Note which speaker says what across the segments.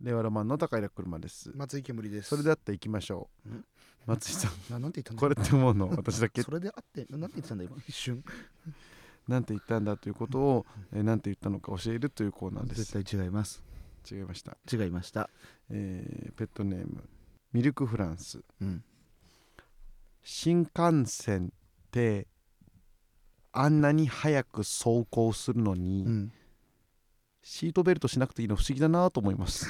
Speaker 1: 令和ロマンの高平車です
Speaker 2: 松井煙です。
Speaker 1: それであって行きましょうん松井さん
Speaker 2: ななんて言ったんだ
Speaker 1: これって思う の私だけ
Speaker 2: それであって、ななんて言ってたんだ今。一瞬。
Speaker 1: なんて言ったんだということを、えーなんて言ったのか教えるというコーナーです
Speaker 2: 対違います。
Speaker 1: 違いました、
Speaker 2: 違いました。
Speaker 1: えーペットネームミルクフランス
Speaker 2: うん。
Speaker 1: 新幹線ってあんなに早く走行するのに、
Speaker 2: うん。
Speaker 1: シートベルトしなくていいの不思議だなと思います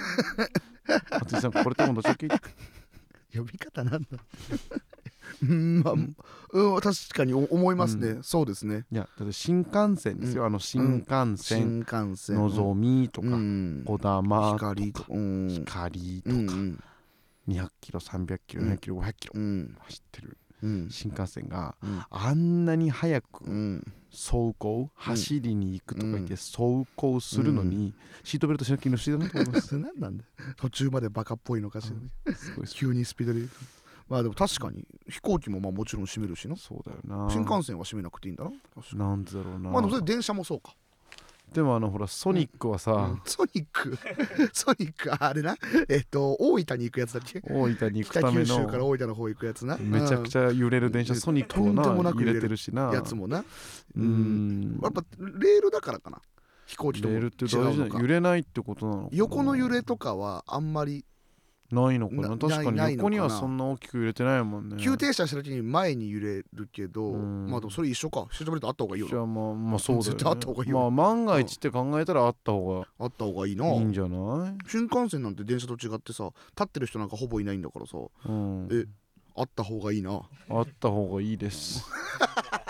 Speaker 1: 松井さんこれともどちらか
Speaker 2: 呼び方なんだ。 うん、まあ、うん、確かにお思いますね、
Speaker 1: う
Speaker 2: そうですね。
Speaker 1: いやだって新幹線ですよ、あの新幹線
Speaker 2: 新幹線。
Speaker 1: のぞみとか、
Speaker 2: うん、
Speaker 1: こだまとか
Speaker 2: 光とか。うん。
Speaker 1: 光と
Speaker 2: う
Speaker 1: か、
Speaker 2: んうん
Speaker 1: 200キロ300キロ
Speaker 2: うん
Speaker 1: 400キロ500キロ
Speaker 2: うん
Speaker 1: 走ってる
Speaker 2: うん
Speaker 1: 新幹線が
Speaker 2: うん
Speaker 1: あんなに早く
Speaker 2: うん
Speaker 1: 走行走りに行くとか言っ
Speaker 2: う
Speaker 1: て走行するのにシートベルトしなきゃいけないの不思議だなと思いま
Speaker 2: それ何なんだ途中までバカっぽいのかしら、ね、
Speaker 1: すすごい
Speaker 2: 急にスピードでまあでも確かに飛行機もまあもちろん閉めるしな
Speaker 1: そうだよな
Speaker 2: 新幹線は閉めなくていいんだな確かに
Speaker 1: なんだろうな、
Speaker 2: まあでもそれ電車もそうか
Speaker 1: でもあのほらソニックはさ、
Speaker 2: ソニッ クソニックあれなえっと大分に行くやつだっけ
Speaker 1: 大分に行く
Speaker 2: 北
Speaker 1: ため
Speaker 2: 九州から
Speaker 1: の
Speaker 2: 大分の方行くやつな
Speaker 1: めちゃくち
Speaker 2: ゃ
Speaker 1: ゃ揺れる電車
Speaker 2: うん
Speaker 1: ソニックをな
Speaker 2: とんでもなく
Speaker 1: 入
Speaker 2: 揺れる
Speaker 1: れてるしな
Speaker 2: やつもな
Speaker 1: う
Speaker 2: うん
Speaker 1: ん
Speaker 2: やっぱレールだからかな飛行機と
Speaker 1: 揺れ
Speaker 2: も違う
Speaker 1: るって大事
Speaker 2: の
Speaker 1: な
Speaker 2: か
Speaker 1: 揺れないってことなのかな
Speaker 2: 横の揺れとかはあんまり
Speaker 1: ないのかな
Speaker 2: な
Speaker 1: 確かに
Speaker 2: ないないの
Speaker 1: 横
Speaker 2: かな
Speaker 1: にはそんな大きく揺れてないもんね
Speaker 2: 急停車した時に前に揺れるけど
Speaker 1: うん
Speaker 2: まあでもそれ一緒かシートベルトあった方がいいよ
Speaker 1: じ
Speaker 2: な
Speaker 1: ゃあまあまあそうだよ、ね、
Speaker 2: 絶対あった方がいいよ
Speaker 1: まあ万が一って考えたらあった方
Speaker 2: あった方がいいな
Speaker 1: がいいんじゃない、
Speaker 2: 新幹線なんて電車と違ってさ立ってる人なんかほぼいないんだからさ
Speaker 1: うん、
Speaker 2: えあった方がいいなちょ
Speaker 1: あった方がいいです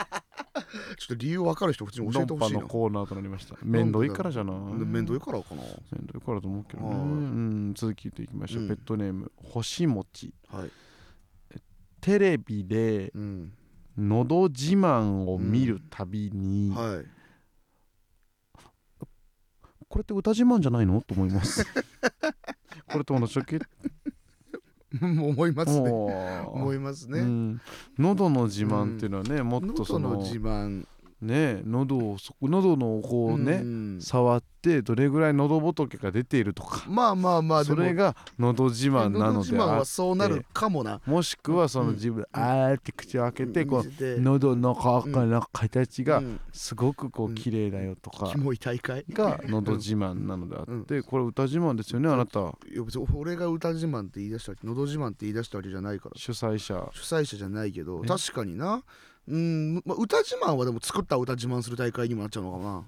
Speaker 2: っと理由わかる人普通に教
Speaker 1: ド
Speaker 2: えて
Speaker 1: ン
Speaker 2: ほ
Speaker 1: パ
Speaker 2: しい
Speaker 1: の
Speaker 2: な
Speaker 1: コーナーとなりました面倒いからじゃない
Speaker 2: で面倒いからかな
Speaker 1: めんどいからと思うけどね、
Speaker 2: はい
Speaker 1: うん、続き聞いていきましょう、
Speaker 2: うん
Speaker 1: ペットネーム星もち
Speaker 2: はい
Speaker 1: テレビで
Speaker 2: うん
Speaker 1: 「のど自慢」を見るたびに、
Speaker 2: はい
Speaker 1: これって歌自慢じゃないのと思います これと同じだけ
Speaker 2: うん 思いますね。
Speaker 1: お
Speaker 2: 思
Speaker 1: ー
Speaker 2: います
Speaker 1: う
Speaker 2: ね。
Speaker 1: ん喉の自慢っていうのはね、もっとそ
Speaker 2: 喉
Speaker 1: の
Speaker 2: の自慢
Speaker 1: ね喉をそこ喉のこうね、
Speaker 2: うん
Speaker 1: 触ってどれぐらい喉仏が出ているとか、
Speaker 2: まあまあまあ
Speaker 1: それ
Speaker 2: が
Speaker 1: が喉自慢な
Speaker 2: 喉
Speaker 1: の
Speaker 2: 自
Speaker 1: で
Speaker 2: 慢
Speaker 1: あ
Speaker 2: はそうなるかもな。
Speaker 1: もしくはそうの
Speaker 2: ん
Speaker 1: 自分、あーって口を開けてこ
Speaker 2: 見
Speaker 1: う
Speaker 2: せて
Speaker 1: 喉の中の形
Speaker 2: う
Speaker 1: が
Speaker 2: ん
Speaker 1: すごくこ
Speaker 2: う
Speaker 1: うん綺麗だよとか
Speaker 2: キモい大会。
Speaker 1: が喉自慢なのであってこれ歌自慢ですよねあなた
Speaker 2: いや別に俺が歌自慢って言い出したわけ、喉自慢って言い出したわけじゃないから。
Speaker 1: 主催者
Speaker 2: 主催者じゃないけど
Speaker 1: え
Speaker 2: 確かにな。うん、まあ歌自慢はでも作った歌自慢する大会にもなっちゃうのかな。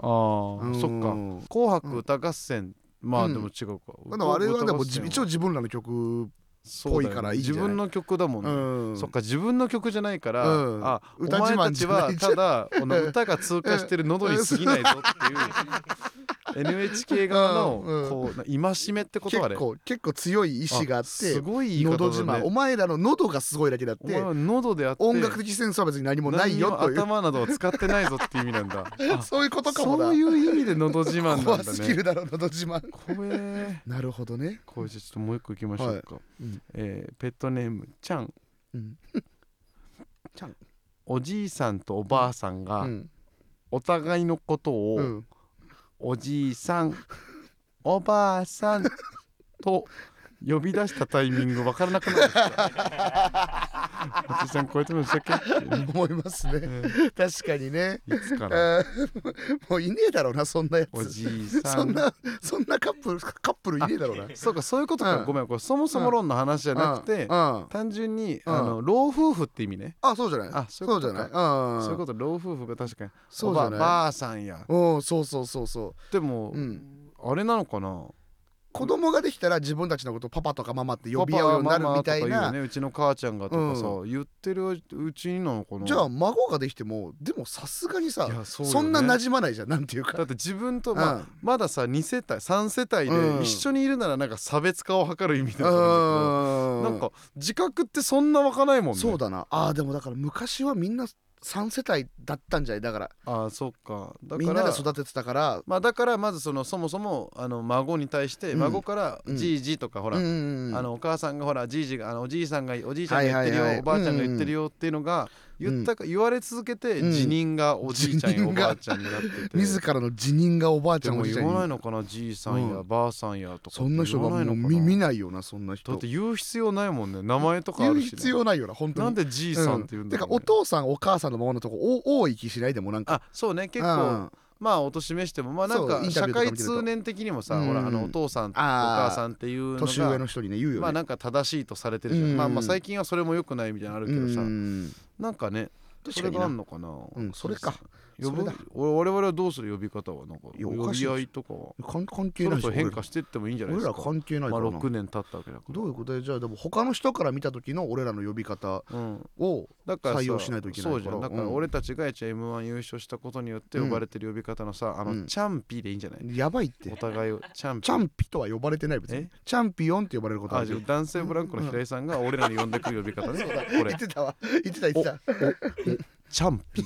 Speaker 1: あーそっか
Speaker 2: っ
Speaker 1: 「紅白歌合戦」まあ
Speaker 2: うん
Speaker 1: でも違うか、
Speaker 2: か。でもあれはでも
Speaker 1: 紅白歌合戦
Speaker 2: 一応自分らの曲、
Speaker 1: そうだよね
Speaker 2: ぽいからいいんじ
Speaker 1: 自
Speaker 2: ゃない
Speaker 1: 分の曲だもんね、
Speaker 2: うん、
Speaker 1: そっか自分の曲じゃないから、
Speaker 2: うん
Speaker 1: あお
Speaker 2: 歌
Speaker 1: 前
Speaker 2: 自
Speaker 1: た
Speaker 2: 慢
Speaker 1: ち
Speaker 2: じゃな
Speaker 1: はいただこ の歌が通過してる喉に過ぎないぞっていう NHK 側
Speaker 2: う
Speaker 1: の
Speaker 2: ん
Speaker 1: こうな戒めってことはね
Speaker 2: 結構結構強い意志があって
Speaker 1: すごい言い
Speaker 2: 喉自
Speaker 1: 方だ
Speaker 2: 慢お
Speaker 1: ね
Speaker 2: 前らの喉がすごいだけだっ
Speaker 1: お前
Speaker 2: て
Speaker 1: は喉であって
Speaker 2: 音楽的センスは別に何もないよと
Speaker 1: 何
Speaker 2: い
Speaker 1: にも
Speaker 2: う
Speaker 1: 頭などを使ってないぞっていう意味 なんだあ
Speaker 2: そういうことかも
Speaker 1: そ
Speaker 2: な
Speaker 1: ういう意味で喉自慢な
Speaker 2: 怖
Speaker 1: んだ
Speaker 2: すぎ
Speaker 1: ね
Speaker 2: るだろ喉自慢
Speaker 1: 怖え
Speaker 2: なるほどね、
Speaker 1: これじゃちょっともう一個いきましょうか、
Speaker 2: うん
Speaker 1: えーペットネームちゃん
Speaker 2: うん
Speaker 1: おじいさんとおばあさん
Speaker 2: う
Speaker 1: が
Speaker 2: ん
Speaker 1: お互いのことを、
Speaker 2: うん
Speaker 1: おじいさん おばあさんと呼び出したタイミングわからなくな るんですよおじいさんこうやってもしたっけっていうね
Speaker 2: 思いま すね
Speaker 1: うん
Speaker 2: 確かにね
Speaker 1: いつ から
Speaker 2: あー もういねえだろうなそんなや
Speaker 1: お
Speaker 2: つ
Speaker 1: じいさ
Speaker 2: そん
Speaker 1: ん
Speaker 2: なそんなカップルカップルいねえだろうな
Speaker 1: そうかそういうことか、
Speaker 2: うん
Speaker 1: ごめんこれそもそも論の話じゃなくて、
Speaker 2: うんうん
Speaker 1: 単純に、
Speaker 2: うん
Speaker 1: あの老夫婦って意味ね、
Speaker 2: あそうじゃない
Speaker 1: あそうい
Speaker 2: そうう
Speaker 1: こ
Speaker 2: じ
Speaker 1: と
Speaker 2: ゃ
Speaker 1: か
Speaker 2: ないうん
Speaker 1: そういうこと老夫婦が確かに
Speaker 2: そう
Speaker 1: お
Speaker 2: じ
Speaker 1: ば
Speaker 2: ゃ
Speaker 1: あ
Speaker 2: ない
Speaker 1: ばあさんや
Speaker 2: うんそうそうそうそう
Speaker 1: でも、
Speaker 2: うん
Speaker 1: あれなのかな
Speaker 2: 子供ができたら自分たちのことをパパとかママって呼び合うようになるみたい
Speaker 1: パパママとか言うよ
Speaker 2: な、
Speaker 1: ねうちの母ちゃんがとかさ、
Speaker 2: う
Speaker 1: 言ってるうちになのかな
Speaker 2: じゃあ孫ができてもでもさすがにさ
Speaker 1: いや
Speaker 2: そ,、
Speaker 1: そうよね
Speaker 2: んな馴染まないじゃんなんていう
Speaker 1: だ
Speaker 2: か
Speaker 1: って自分と、まあ
Speaker 2: うん
Speaker 1: まださ2世帯3世帯
Speaker 2: う
Speaker 1: で
Speaker 2: ん
Speaker 1: 一緒にいるならなんか差別化を図る意味だと思うけ
Speaker 2: う
Speaker 1: ど
Speaker 2: ん
Speaker 1: なんか自覚ってそんな湧かないもんね
Speaker 2: そうだなあーでもだから昔はみんな3世帯だったんじゃないだから
Speaker 1: ああそっかだ
Speaker 2: み
Speaker 1: か
Speaker 2: んな
Speaker 1: ら
Speaker 2: で育ててたから
Speaker 1: まあだからまずそのそもそもあの孫に対して
Speaker 2: うん
Speaker 1: 孫から
Speaker 2: うん
Speaker 1: じいじとかほら、
Speaker 2: うんうんうん
Speaker 1: あのお母さんがほらじいじがあのおじいさんがおじいちゃんが言ってるよ、
Speaker 2: はいはいはい
Speaker 1: おばあちゃんが言ってるよっていうのが、言ったか、言われ続けて
Speaker 2: うん
Speaker 1: 辞任がおじいちゃんや
Speaker 2: 辞
Speaker 1: お
Speaker 2: 任が
Speaker 1: ばあちゃんになってて
Speaker 2: 自らの辞任がおばあち
Speaker 1: で
Speaker 2: ゃん
Speaker 1: も
Speaker 2: おじいちゃ
Speaker 1: 言わなんい
Speaker 2: に
Speaker 1: のかなじいさんや、
Speaker 2: う
Speaker 1: ばあさんやとか
Speaker 2: そんな人
Speaker 1: 言わ
Speaker 2: が
Speaker 1: い
Speaker 2: もう
Speaker 1: のかな
Speaker 2: 見見ないよなそんな人
Speaker 1: だって言う必要ないもんね名前とかあ
Speaker 2: 言う
Speaker 1: るし、ね、
Speaker 2: 必要ないよな本当に
Speaker 1: なんでじいさんって言うんだ
Speaker 2: て
Speaker 1: ろ
Speaker 2: か
Speaker 1: う、ね
Speaker 2: お父さんお母さんのままのとこお多い気しないでもなんか
Speaker 1: あそうね結構、
Speaker 2: うん
Speaker 1: まあお年めしてもまあなん
Speaker 2: そう
Speaker 1: か
Speaker 2: インタ
Speaker 1: 社
Speaker 2: ビューとか
Speaker 1: 会
Speaker 2: 見てると
Speaker 1: 通念的にもさ、
Speaker 2: うん
Speaker 1: ほらあのお父さんとお
Speaker 2: あー
Speaker 1: 母さんっていうのが
Speaker 2: 年上の人にね言うよね、
Speaker 1: まあなんか正しいとされてるじゃん、
Speaker 2: うん
Speaker 1: まあまあ最近はそれも良くないみたいなのあるけどさ、
Speaker 2: うん
Speaker 1: なんかねそ
Speaker 2: 確か
Speaker 1: れ
Speaker 2: に
Speaker 1: があ
Speaker 2: なん
Speaker 1: のかな、
Speaker 2: うんそれか
Speaker 1: 呼ぶ
Speaker 2: それだ
Speaker 1: 俺我々はどうする呼び方はなんか
Speaker 2: いやお
Speaker 1: 呼
Speaker 2: かしい
Speaker 1: び合いとかは
Speaker 2: 関関係
Speaker 1: そ
Speaker 2: な
Speaker 1: ろ
Speaker 2: い
Speaker 1: そろ変化
Speaker 2: し
Speaker 1: してってもいいんじゃないで
Speaker 2: 俺
Speaker 1: す
Speaker 2: ら
Speaker 1: か
Speaker 2: 関係ない
Speaker 1: ま
Speaker 2: か
Speaker 1: あ
Speaker 2: らな、
Speaker 1: 6年経ったわけだから
Speaker 2: どういうことでじゃあでも他の人から見た時の俺らの呼び方
Speaker 1: うん、
Speaker 2: を
Speaker 1: だからさ
Speaker 2: 採用しないといけないから
Speaker 1: そうじゃんだから
Speaker 2: うん
Speaker 1: 俺たちが m 1優勝したことによって呼ばれてる呼び方のさ、あ
Speaker 2: う
Speaker 1: の
Speaker 2: ん
Speaker 1: チャンピでいいんじゃない、
Speaker 2: やばいって
Speaker 1: お互いをチャンピ
Speaker 2: チャンピとは呼ばれてない別に
Speaker 1: え
Speaker 2: チャンピオンって呼ばれること
Speaker 1: あ
Speaker 2: はある
Speaker 1: じ
Speaker 2: け
Speaker 1: ゃ
Speaker 2: ど
Speaker 1: あ男性ブランコの平井さんが俺らに呼んでくる呼び方 ねこれ
Speaker 2: 言ってたわ言ってた言ってた
Speaker 1: チャンピ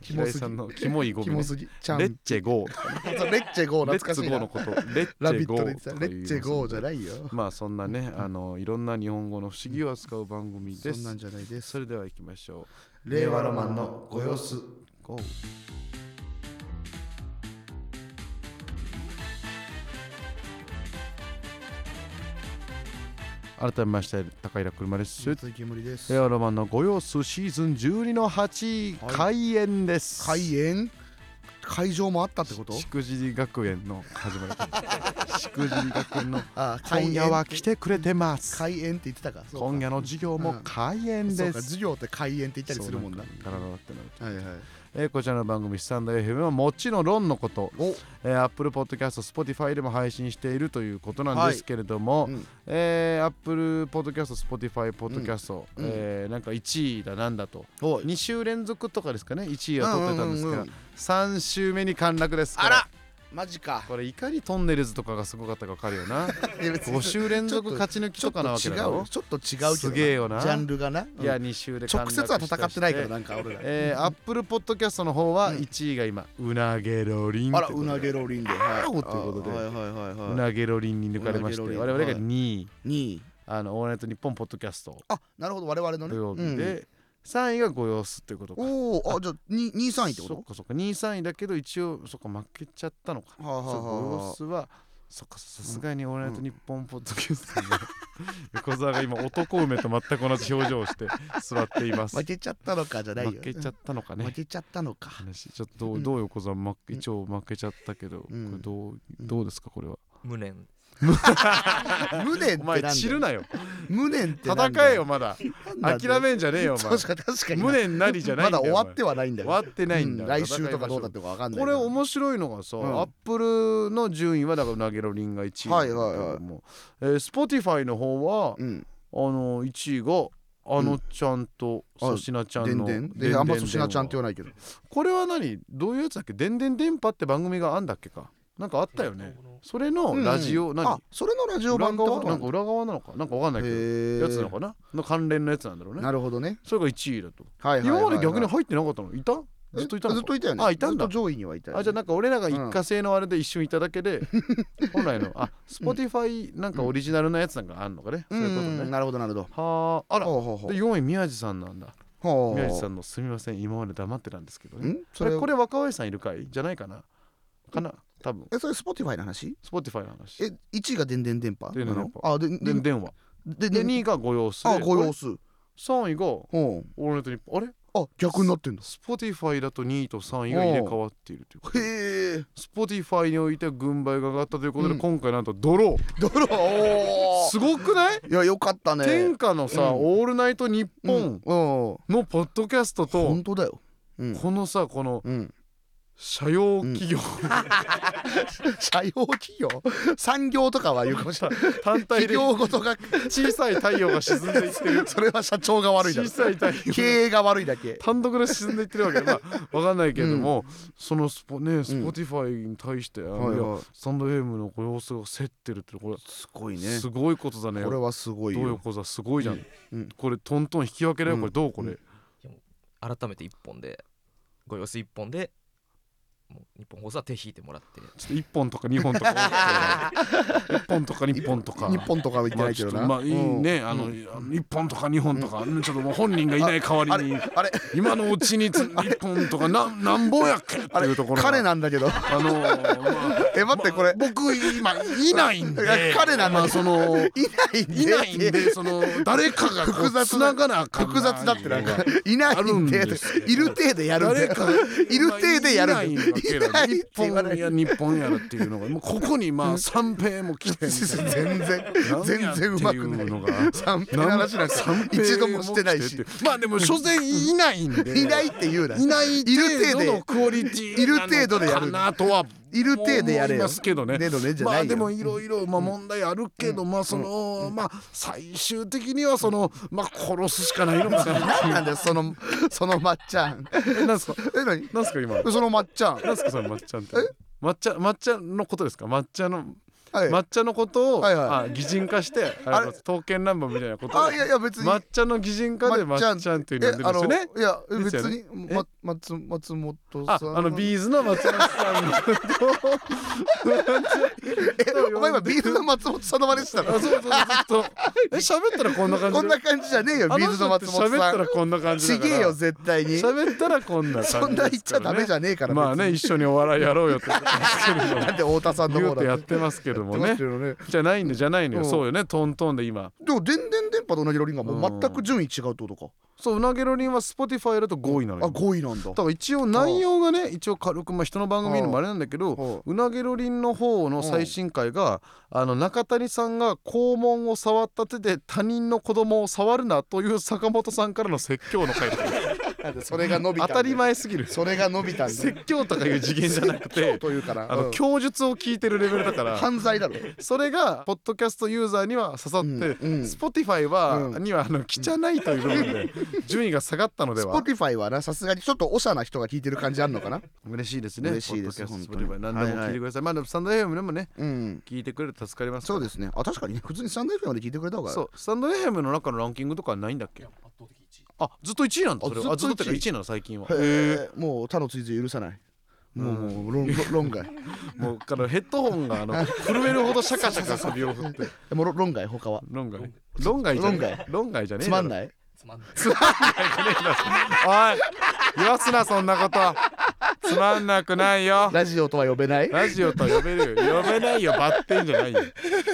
Speaker 2: キ モ
Speaker 1: 平井
Speaker 2: す
Speaker 1: さ
Speaker 2: ぎ
Speaker 1: んのキモいゴ
Speaker 2: キ
Speaker 1: ム
Speaker 2: モ
Speaker 1: ね
Speaker 2: すぎチャ
Speaker 1: レッ
Speaker 2: ン
Speaker 1: チェゴー
Speaker 2: そうレッチェゴー
Speaker 1: レッ
Speaker 2: 懐か
Speaker 1: ツ
Speaker 2: しい
Speaker 1: ゴー
Speaker 2: な
Speaker 1: のこと レッチ
Speaker 2: ラビ
Speaker 1: ェ
Speaker 2: ッ
Speaker 1: ゴ
Speaker 2: トで言
Speaker 1: ー
Speaker 2: ってた
Speaker 1: とか
Speaker 2: レ
Speaker 1: 言い
Speaker 2: ッ
Speaker 1: ます
Speaker 2: チェゴーじゃ
Speaker 1: んで
Speaker 2: ないよ
Speaker 1: まあそんなねあのいろんな日本語の不思議を扱う番組
Speaker 2: そ
Speaker 1: で
Speaker 2: んな
Speaker 1: す
Speaker 2: んじゃないです
Speaker 1: それでは行きましょう
Speaker 2: 令和ロマンの
Speaker 1: ご様子 GO 改めまして高平車です
Speaker 2: 鈴木煙です
Speaker 1: 令和ロマンのご様子シーズン12の8、
Speaker 2: はい
Speaker 1: 開演です
Speaker 2: 開演会場もあったってこと
Speaker 1: しくじり学園の始ま りしくじり学園の
Speaker 2: あー開演
Speaker 1: 今夜は来てくれてます
Speaker 2: 開演って言ってたかそうか
Speaker 1: 今夜の授業も開演
Speaker 2: そう
Speaker 1: で
Speaker 2: か
Speaker 1: す
Speaker 2: 授業って開演って言ったりするもんな
Speaker 1: そうかガラガラってなる
Speaker 2: はいはい
Speaker 1: えーこちらの番組スタンド FM はもちろん論のこと
Speaker 2: お
Speaker 1: えー Apple Podcast、Spotify でも配信しているということなんですけれども、
Speaker 2: うん
Speaker 1: えー Apple Podcast、Spotify Podcast、
Speaker 2: うんうん
Speaker 1: えーなんか1位だなんだと
Speaker 2: おい
Speaker 1: 2週連続とかですかね1位は取ってたんです
Speaker 2: う
Speaker 1: が、
Speaker 2: ううう
Speaker 1: 3週目に陥落ですから
Speaker 2: あらマジか
Speaker 1: これいかにトンネルズとかがすごかったか分かるよな
Speaker 2: いや別に
Speaker 1: 5週連続勝ち抜き
Speaker 2: ちょ
Speaker 1: とか
Speaker 2: っと
Speaker 1: なわけ
Speaker 2: 違う
Speaker 1: だ
Speaker 2: よ
Speaker 1: ろ
Speaker 2: ちょっと違うけどな
Speaker 1: すげえよな
Speaker 2: ジャンルがなうん
Speaker 1: いや2週で陥
Speaker 2: 直
Speaker 1: 落
Speaker 2: 接は戦ってないか
Speaker 1: な
Speaker 2: らなんか俺ら
Speaker 1: えー、アップルポッドキャストの方は
Speaker 2: うん
Speaker 1: 1位が今、うなげろりん
Speaker 2: あらうなげ
Speaker 1: ろ
Speaker 2: ろりんではい
Speaker 1: あーということで
Speaker 2: あーはいはいうはいはい
Speaker 1: なげろりんに抜かれまして
Speaker 2: うなげろりん
Speaker 1: 我々が2位、
Speaker 2: 2位
Speaker 1: あのオールナイトニッポンポッドキャスト
Speaker 2: あなるほど我々の
Speaker 1: 土曜日
Speaker 2: ね
Speaker 1: で、
Speaker 2: うん
Speaker 1: 3位がご様子ということか
Speaker 2: おおあじゃあ2 3位ってこ
Speaker 1: そっ
Speaker 2: と
Speaker 1: かそっか2位3位だけど一応そっか負けちゃったのか
Speaker 2: はあは
Speaker 1: そう
Speaker 2: あはあ
Speaker 1: ご様
Speaker 2: は
Speaker 1: 子はそっかさすがに「オールナイトニッポン」ポッドキャストの 横澤が今男梅と全く同じ表情をして座っていま
Speaker 2: あ
Speaker 1: す
Speaker 2: 負けちゃったのかじゃないよ
Speaker 1: 負けちゃったのか
Speaker 2: 負
Speaker 1: ね
Speaker 2: けちゃったのか
Speaker 1: 話ちょっとど
Speaker 2: う
Speaker 1: うんどう横澤ま一応負けちゃったけどこ
Speaker 2: う
Speaker 1: れ
Speaker 2: ん
Speaker 1: どう
Speaker 2: うん
Speaker 1: どうですかこれは
Speaker 3: 無念
Speaker 2: 無念っ て
Speaker 1: お
Speaker 2: なん
Speaker 1: 前
Speaker 2: だ
Speaker 1: 散る
Speaker 2: よ
Speaker 1: なよ
Speaker 2: 無念ってなんだ
Speaker 1: 戦えよまだ
Speaker 2: なんだよ
Speaker 1: 諦めんじゃねえよお
Speaker 2: そう
Speaker 1: 前
Speaker 2: しか確かにな
Speaker 1: 無念なりじゃないん
Speaker 2: ま
Speaker 1: だ
Speaker 2: だ
Speaker 1: よ
Speaker 2: 終わっ
Speaker 1: お
Speaker 2: てはないんだ
Speaker 1: 前
Speaker 2: よ
Speaker 1: 終わってないんだ
Speaker 2: う
Speaker 1: よ
Speaker 2: 来週とかどうだってわかんない
Speaker 1: これ
Speaker 2: 思
Speaker 1: 面白いのがさ、
Speaker 2: うん
Speaker 1: アップルの順位はだから投げろりんが1位なんだけども、
Speaker 2: はいはい
Speaker 1: えー、Spotify の方は
Speaker 2: うん
Speaker 1: あの1位があのちゃんと
Speaker 2: うんあ
Speaker 1: 粗品ちゃん
Speaker 2: でん
Speaker 1: の
Speaker 2: で
Speaker 1: で
Speaker 2: ん
Speaker 1: んでん
Speaker 2: で
Speaker 1: でん
Speaker 2: あんま粗品ちゃんって言わないけど
Speaker 1: これは何どういうやつだっけ「でんでん電波」って番組があんだっけかなんかあったよねそれのラジオ、
Speaker 2: うん
Speaker 1: 何
Speaker 2: あそれのラジオ
Speaker 1: 裏
Speaker 2: 版ってこ
Speaker 1: 側
Speaker 2: と
Speaker 1: な
Speaker 2: なんん
Speaker 1: か
Speaker 2: だ
Speaker 1: 裏側なのかなんかわかんないけど
Speaker 2: へ
Speaker 1: やつなの
Speaker 2: ー
Speaker 1: かなの関連のやつなんだろうね
Speaker 2: なるほどね
Speaker 1: それが1位だと、
Speaker 2: はいはいはい
Speaker 1: 今まで逆に
Speaker 2: はい
Speaker 1: 入ってなかったのいたずっといたの
Speaker 2: ずっといたよね
Speaker 1: あいたんだ
Speaker 2: ずっと上位にはいたよね
Speaker 1: あじゃあなんか俺らが一過性のあれで一瞬いただけで、 本来のあ Spotify なんかオリジナルのやつなんかあるのかね、
Speaker 2: うん
Speaker 1: そういうこと
Speaker 2: うん
Speaker 1: ね
Speaker 2: なるほどなるほど
Speaker 1: はああら
Speaker 2: ほうほうほ
Speaker 1: で4位宮地さんなんだ
Speaker 2: うほう
Speaker 1: 宮地さんのすみません今まで黙ってたんですけどね
Speaker 2: ん
Speaker 1: そ
Speaker 2: そ
Speaker 1: れ
Speaker 2: れ
Speaker 1: こ
Speaker 2: これ
Speaker 1: れ若林さんいるかいじゃないかなかな多分
Speaker 2: えそれ Spotify の話
Speaker 1: Spotify の話
Speaker 2: え一位がでんでん電波
Speaker 1: でんでん電波
Speaker 2: あで
Speaker 1: で
Speaker 2: で
Speaker 1: 電話
Speaker 2: で
Speaker 1: で
Speaker 2: で
Speaker 1: 2位がご様子
Speaker 2: あご
Speaker 1: あ
Speaker 2: 様
Speaker 1: れ
Speaker 2: 子
Speaker 1: 3位がオ
Speaker 2: ほ
Speaker 1: ールナイトニッポンあれ
Speaker 2: うあ逆になってんだ
Speaker 1: Spotify だと2位と3位が入れ替わっているということで
Speaker 2: へえ
Speaker 1: Spotify においては軍配が上がったということで、
Speaker 2: うん
Speaker 1: 今回なんとドロー
Speaker 2: ドローおー
Speaker 1: すごくない
Speaker 2: いやよかったね
Speaker 1: 天下のさ、
Speaker 2: うん
Speaker 1: オールナイトニッポン
Speaker 2: うんうん
Speaker 1: のポッドキャストと、
Speaker 2: 本当だようん
Speaker 1: このさこの
Speaker 2: うん
Speaker 1: 社用企業、
Speaker 2: 社用企業産業とかは言うかもしれない
Speaker 1: 単体
Speaker 2: 企
Speaker 1: で
Speaker 2: 業ごとが
Speaker 1: 小さい太陽が沈んでい ってる
Speaker 2: それは社長が悪いだ
Speaker 1: 小
Speaker 2: ろ
Speaker 1: さい太
Speaker 2: 経
Speaker 1: 陽
Speaker 2: 営が悪いだけ
Speaker 1: 単独で沈んでいってるわけまあわかんないけれども、そのスポねスポティファイに対して、あのいやスタンド FM のご様子が競ってるってこ
Speaker 2: すごい
Speaker 1: れ、
Speaker 2: ね
Speaker 1: すごいことだね
Speaker 2: これはすごい
Speaker 1: どう
Speaker 2: よ
Speaker 1: 横座すごいじゃん、
Speaker 2: うん
Speaker 1: これトントン引き分けだよこれどうこれ、
Speaker 3: 改めて一本でご様子一本でもう日本放送は手引いてもらって
Speaker 1: ちょっと1本とか2本とか1本とか2本 とか
Speaker 2: 日本とかは言って
Speaker 1: ま
Speaker 2: な
Speaker 1: あ
Speaker 2: いけ
Speaker 1: ちょ
Speaker 2: ど
Speaker 1: っと
Speaker 2: な。
Speaker 1: まあいいね、あの1本とか2本とか、ちょっともう本人がいない代わ
Speaker 2: あ
Speaker 1: りに
Speaker 2: れ、あれ、
Speaker 1: 今のうちにつ1本とかなんなんぼやっけって
Speaker 2: あ
Speaker 1: いう
Speaker 2: れ
Speaker 1: ところが
Speaker 2: 彼なんだけど。
Speaker 1: あのーまあ
Speaker 2: え、待って、これ。
Speaker 1: 僕今いないんで
Speaker 2: い や彼なんだ
Speaker 1: まあその
Speaker 2: いないんで。
Speaker 1: いないんでその誰かがこ
Speaker 2: 複雑
Speaker 1: う
Speaker 2: な
Speaker 1: つながなあかん
Speaker 2: 複雑だってなんか
Speaker 1: が
Speaker 2: いないんで
Speaker 1: あるんですよ
Speaker 2: いる体でやるんだ
Speaker 1: 誰
Speaker 2: よ
Speaker 1: か
Speaker 2: いる体でやるんだよ
Speaker 1: いないんだけど
Speaker 2: いないって
Speaker 1: 日
Speaker 2: 言わな
Speaker 1: 本
Speaker 2: い
Speaker 1: や日本やらっていうのがもうここにまあ三平も来てみたいな
Speaker 2: 全然 全然うまくな
Speaker 1: なんやって
Speaker 2: い
Speaker 1: いうのが
Speaker 2: 三平の話なんか一度もしてないし
Speaker 1: まあでも所詮いないんで
Speaker 2: いないって言うない
Speaker 1: ない
Speaker 2: いる
Speaker 1: 程
Speaker 2: 程
Speaker 1: 度
Speaker 2: 度
Speaker 1: のクオリティ
Speaker 2: いる程度でやる
Speaker 1: なのかなとはい
Speaker 2: る程度やれよ
Speaker 1: 思いますけどね
Speaker 2: ねのねじゃ
Speaker 1: ま
Speaker 2: な
Speaker 1: あ
Speaker 2: いよ
Speaker 1: でもいろいろまあ問題あるけど、まあその、まあ最終的にはそのまあ殺すしかないのかな って
Speaker 2: 何
Speaker 1: いう
Speaker 2: なんだよそのそのまっちゃん
Speaker 1: えなんすか
Speaker 2: え何
Speaker 1: なんすか今
Speaker 2: そのまっちゃん
Speaker 1: なんすかそれ抹茶って抹茶抹茶のことですか抹茶の
Speaker 2: はい
Speaker 1: 抹茶のことを、
Speaker 2: はいはい
Speaker 1: あ擬人化してあ
Speaker 2: あ
Speaker 1: れ
Speaker 2: れ
Speaker 1: 刀剣乱舞みたいなことを
Speaker 2: あいやいや別に
Speaker 1: 抹茶の擬人化で抹茶っていうの
Speaker 2: え
Speaker 1: を
Speaker 2: あ
Speaker 1: 呼んでるん
Speaker 2: の
Speaker 1: ですよね
Speaker 2: いや別
Speaker 1: よね
Speaker 2: にま松松本
Speaker 1: あ
Speaker 2: さん
Speaker 1: あのビーズの松本さ んのことを
Speaker 2: えお前今ビーズの松本さんの真似してた
Speaker 1: あ
Speaker 2: の
Speaker 1: そうそうずっとえ喋ったらこんな感じ
Speaker 2: こんな感じじゃねえよビーズの松
Speaker 1: あ人
Speaker 2: 本
Speaker 1: って喋っ
Speaker 2: さ
Speaker 1: たら
Speaker 2: ん
Speaker 1: こんな感じ
Speaker 2: ち
Speaker 1: だから
Speaker 2: げえよ絶対に
Speaker 1: 喋ったらこんな感じですから
Speaker 2: そんな言っちゃダメじゃねえから
Speaker 1: まあね
Speaker 2: 別
Speaker 1: 一緒にお笑いやろうよって言ってます けれど
Speaker 2: に
Speaker 1: も
Speaker 2: なんで太田さんの
Speaker 1: 言
Speaker 2: 方
Speaker 1: う
Speaker 2: だ
Speaker 1: と
Speaker 2: って
Speaker 1: やってますけども
Speaker 2: や
Speaker 1: ね
Speaker 2: ってますけどね
Speaker 1: じゃないのじゃないのよ、
Speaker 2: うん
Speaker 1: そうよねトントンで今
Speaker 2: でも電電電波と同じロリンがもう全く順位違うってことか、
Speaker 1: そううなげろりんは Spotify だと5位なのよ
Speaker 2: あ5位なんだ
Speaker 1: だから一応内容がね一応軽くまあ人の番組のもあれなんだけど
Speaker 2: は
Speaker 1: うなげろりんの方の最新回があの中谷さんが肛門を触った手で他人の子供を触るなという坂本さんからの説教の回 だよ
Speaker 2: あなんでそれが伸びた
Speaker 1: 当
Speaker 2: んだ
Speaker 1: たり前すぎる
Speaker 2: それが伸びたんだ
Speaker 1: 説教とかいう次元じゃなく て
Speaker 2: というから
Speaker 1: あ
Speaker 2: う
Speaker 1: の
Speaker 2: ん
Speaker 1: 供述を聞いてるレベルだから
Speaker 2: 犯罪だろ
Speaker 1: それがポッドキャストユーザーには刺さっ
Speaker 2: うん
Speaker 1: て
Speaker 2: うん
Speaker 1: Spotify は
Speaker 2: う
Speaker 1: にはあの汚いという部分 で順位が下がったのでは
Speaker 2: Spotify はなさすがにちょっとおしゃな人が聞いてる感じあるのかな
Speaker 1: 嬉しいですね
Speaker 2: 嬉しいです
Speaker 1: ポッドキャスト
Speaker 2: 本当
Speaker 1: Spotify
Speaker 2: に
Speaker 1: 何でも聞いてくださいまあでもスタンド FM でもね
Speaker 2: うん
Speaker 1: 聞いてくれて助かります
Speaker 2: そうですすねあ確かにね普通にサンダイフェまで聞いてくれた方が
Speaker 1: そうスタンド FM の中のランキングとかはないんだっけあずっと1位なんだそれは
Speaker 2: あ
Speaker 1: あず
Speaker 2: ず
Speaker 1: っ
Speaker 2: っ
Speaker 1: と
Speaker 2: と
Speaker 1: ってか1位なの最近は
Speaker 2: へえもう他の追随許さないもうもう論論外
Speaker 1: もうからヘッドホンがあ の震えるほどシャカシャカ首を振って
Speaker 2: えもう論外他は
Speaker 1: 論外論外じゃね
Speaker 2: 論
Speaker 1: え
Speaker 2: 外
Speaker 1: 論外じゃねえ
Speaker 2: つまん
Speaker 1: い
Speaker 2: ない
Speaker 3: つまんない
Speaker 1: おい言わすなそんなことつまんなくないよ
Speaker 2: ラジオとは呼べない
Speaker 1: ラジオと呼べるよ呼べないよバッテンじゃないよ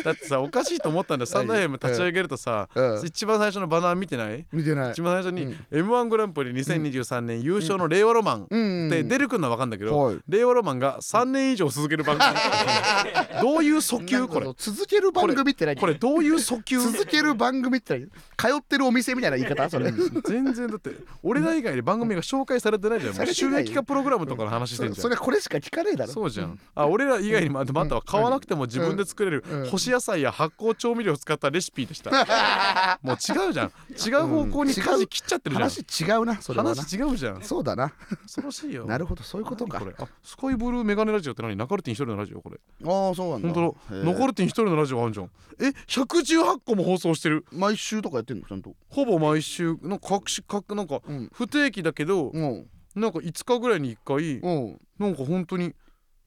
Speaker 1: だってさおかしいと思ったんだよスタンド FM 立ち上げるとさ、
Speaker 2: うん
Speaker 1: 一番最初のバナー見てない、
Speaker 2: 見てない
Speaker 1: 一番最初に
Speaker 2: うん
Speaker 1: 「m 1グランプリ2023年優勝の令和ロマン」
Speaker 2: うん
Speaker 1: で出るくんのは分かんだけど、
Speaker 2: はい
Speaker 1: 令和ロマンが3年以上続ける番組 どういう訴
Speaker 2: なん
Speaker 1: 求
Speaker 2: か
Speaker 1: これ
Speaker 2: そう続ける番組って何
Speaker 1: これどういう訴求
Speaker 2: 続ける番組って何通ってるお店みたいな言い方それ
Speaker 1: 全然だって俺ら以外で番組が紹介されてないじゃんも
Speaker 2: さ
Speaker 1: う
Speaker 2: れて
Speaker 1: 収
Speaker 2: ない
Speaker 1: 益化プログラムとかの話してんじゃん
Speaker 2: それこれしか聞かねえだろ
Speaker 1: そうじゃん。あ、俺ら以外にもあとまたは買わなくても自分で作れる
Speaker 2: うん
Speaker 1: 干し野菜や発酵調味料を使ったレシピで した。もう違うじゃん。違う方向に舵切っちゃってるじゃん。
Speaker 2: 話違うなそれはな
Speaker 1: 話違うじゃん。
Speaker 2: そうだな
Speaker 1: 恐ろしいよ。
Speaker 2: なる
Speaker 1: ほ
Speaker 2: ほどそういうことか
Speaker 1: これ。あ、スカイブルーメガネラジオって何？ナカルティン一人のラジオこれ。
Speaker 2: ああそうなんだ
Speaker 1: 本当の。ナカルティン一人のラジオあるじゃん。え、118個も放送してる。
Speaker 2: 毎週とかやってんのちゃんと
Speaker 1: ほぼ毎週の各種各なんか
Speaker 2: うん
Speaker 1: 不定期だけど、
Speaker 2: うん
Speaker 1: なんか5日ぐらいに1回
Speaker 2: うん
Speaker 1: なんか本当に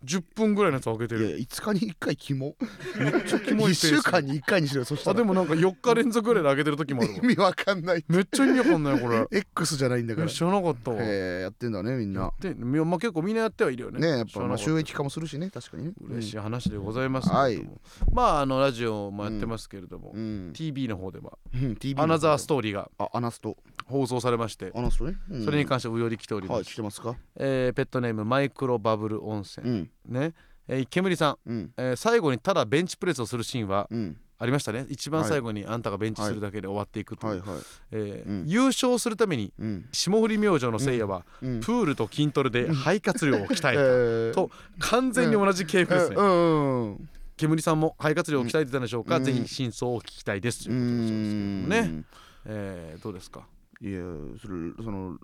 Speaker 1: 10分ぐらいのやつ上げて
Speaker 2: いや
Speaker 1: る。
Speaker 2: 5日に1回キモ
Speaker 1: めっちゃキモいペー
Speaker 2: 1
Speaker 1: ス
Speaker 2: 週間に1回にしろよそした
Speaker 1: あ
Speaker 2: ら
Speaker 1: でもなんか4日連続ぐらいで上げてる時もあ るわ
Speaker 2: 意味わかんない
Speaker 1: めっちゃ意味わかんないこれ
Speaker 2: X じゃないんだか
Speaker 1: え
Speaker 2: ら
Speaker 1: 知らなかったわ
Speaker 2: えーやってんだねみんな
Speaker 1: でみまあ結構みんなやってはいるよね
Speaker 2: ねやっぱまあ
Speaker 1: 知ら
Speaker 2: 収
Speaker 1: なか
Speaker 2: 益化もするしね確かにね
Speaker 1: た嬉しい話でございますけ
Speaker 2: は
Speaker 1: れ
Speaker 2: い
Speaker 1: ども、まああのラジオもやってますけれども、
Speaker 2: うん
Speaker 1: TV の方では
Speaker 2: うん TV
Speaker 1: アナザーストーリーが
Speaker 2: あアナスト
Speaker 1: 放送されまして
Speaker 2: アナストねうん
Speaker 1: それに関して無料で来ております、
Speaker 2: はい来てますか
Speaker 1: えーペットネームマイクロバブル温泉、
Speaker 2: うん
Speaker 1: ねえー、煙さん、
Speaker 2: うん
Speaker 1: えー最後にただベンチプレスをするシーンは
Speaker 2: うん
Speaker 1: ありましたね一番最後にあんたがベンチするだけで終わっていくという、
Speaker 2: はいはい
Speaker 1: えー
Speaker 2: うん
Speaker 1: 優勝するために
Speaker 2: うん
Speaker 1: 霜降り明星のせいやは、
Speaker 2: うん
Speaker 1: プールと筋トレで肺活量を鍛
Speaker 2: え
Speaker 1: え
Speaker 2: ー
Speaker 1: たと完全に同じ系譜ですね、
Speaker 2: うんうん
Speaker 1: 煙さんも肺活量を鍛えてたんでしょうか、
Speaker 2: うん
Speaker 1: ぜひ真相を聞きたいですと
Speaker 2: う
Speaker 1: いうことだそうですけどもね、
Speaker 2: ん
Speaker 1: えーどうですか
Speaker 2: いやそれその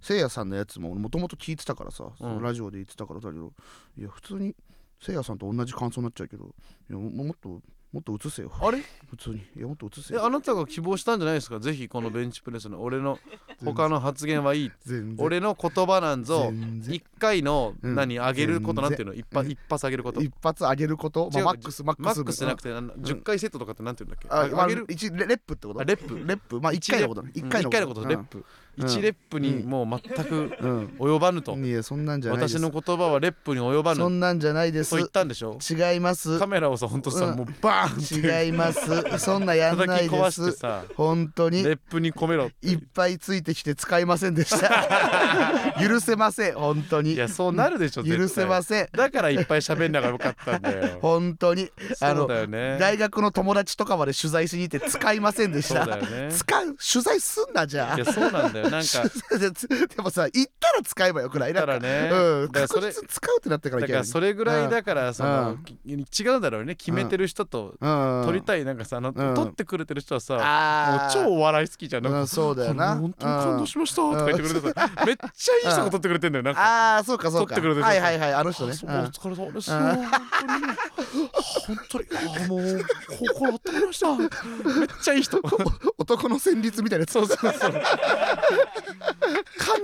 Speaker 2: せいやさんのやつももともと聞いてたからさ、そのラジオで言ってたからだけどいや普通にせいやさんと同じ感想になっちゃうけどいやももっともっと映せよ
Speaker 1: あれ
Speaker 2: 普通にいやもっと映せ
Speaker 1: え
Speaker 2: よ
Speaker 1: あなたが希望したんじゃないですかぜひこのベンチプレスの俺の他の発言はいい
Speaker 2: 全然
Speaker 1: 俺の言葉なんぞ
Speaker 2: 全然
Speaker 1: 一回の
Speaker 2: うん
Speaker 1: 何上げることなんていうの一
Speaker 2: 全
Speaker 1: 発一発上げること
Speaker 2: 一発上げること、ま
Speaker 1: 違
Speaker 2: あ、
Speaker 1: う
Speaker 2: マックスマックス
Speaker 1: マックスじゃなくてあの10回セットとかってなんていうんだっけあ
Speaker 2: あ、まあ、
Speaker 1: 上げる
Speaker 2: 一レレップってこと
Speaker 1: あレップ
Speaker 2: レップまあ一回のことね
Speaker 1: 一
Speaker 2: 一
Speaker 1: 回
Speaker 2: 回
Speaker 1: の
Speaker 2: の
Speaker 1: ことレップ1レップに
Speaker 2: うん
Speaker 1: もう全く
Speaker 2: うん、
Speaker 1: 及ばぬと
Speaker 2: うん、いやそんなんじゃないです
Speaker 1: 私の言葉はレップに及ば
Speaker 2: そ
Speaker 1: ぬ
Speaker 2: んなんじゃないです
Speaker 1: と言ったんでしょ
Speaker 2: 違います
Speaker 1: カメラをさほんとさ
Speaker 2: うん
Speaker 1: もうバーンって
Speaker 2: 違いますそんなやん
Speaker 1: 叩
Speaker 2: ない
Speaker 1: き
Speaker 2: で
Speaker 1: 壊して
Speaker 2: す
Speaker 1: さ
Speaker 2: 本当に
Speaker 1: レップに込めろって
Speaker 2: いっぱいついてきて使いませんでした 許せません本当
Speaker 1: い
Speaker 2: に
Speaker 1: やそうなるでしょ絶対
Speaker 2: 許せません
Speaker 1: だからいっぱい喋んながらよかったんだ よ
Speaker 2: 本当にあ
Speaker 1: そう
Speaker 2: の
Speaker 1: だよね
Speaker 2: 大学の友達とかまで取材しに行って使いませんでし
Speaker 1: そう
Speaker 2: た
Speaker 1: だよね
Speaker 2: 使う取材すんなじゃあ
Speaker 1: いやそうなんだよ なんか
Speaker 2: でもさ行ったら使えばよくない
Speaker 1: だ
Speaker 2: な
Speaker 1: か
Speaker 2: んから
Speaker 1: ね
Speaker 2: うん、
Speaker 1: だからそ
Speaker 2: 確
Speaker 1: れ
Speaker 2: 実に使うってなってからい
Speaker 1: だ
Speaker 2: け
Speaker 1: か
Speaker 2: ない
Speaker 1: らそれぐらいだからその
Speaker 2: うん
Speaker 1: き違うんだろうね決めてる人と
Speaker 2: うん、
Speaker 1: 撮りたいなんかさあの
Speaker 2: うん
Speaker 1: 撮ってくれてる人はさもう
Speaker 2: あー
Speaker 1: 超お笑い好きじゃんなん
Speaker 2: う
Speaker 1: か
Speaker 2: ん、そうだよな
Speaker 1: 本当に感動しましたとか言ってくれてさ めっちゃいい人が撮ってくれてんだよなんか
Speaker 2: ああそうかそうか
Speaker 1: 撮ってくれてる
Speaker 2: はいはいはいあの
Speaker 1: あそ
Speaker 2: 人
Speaker 1: うお
Speaker 2: ね
Speaker 1: 疲れ様ですよ本当に本当にあもう心温まりましためっちゃいい人
Speaker 2: うん男の旋律みたいなやつ
Speaker 1: そうそう そう。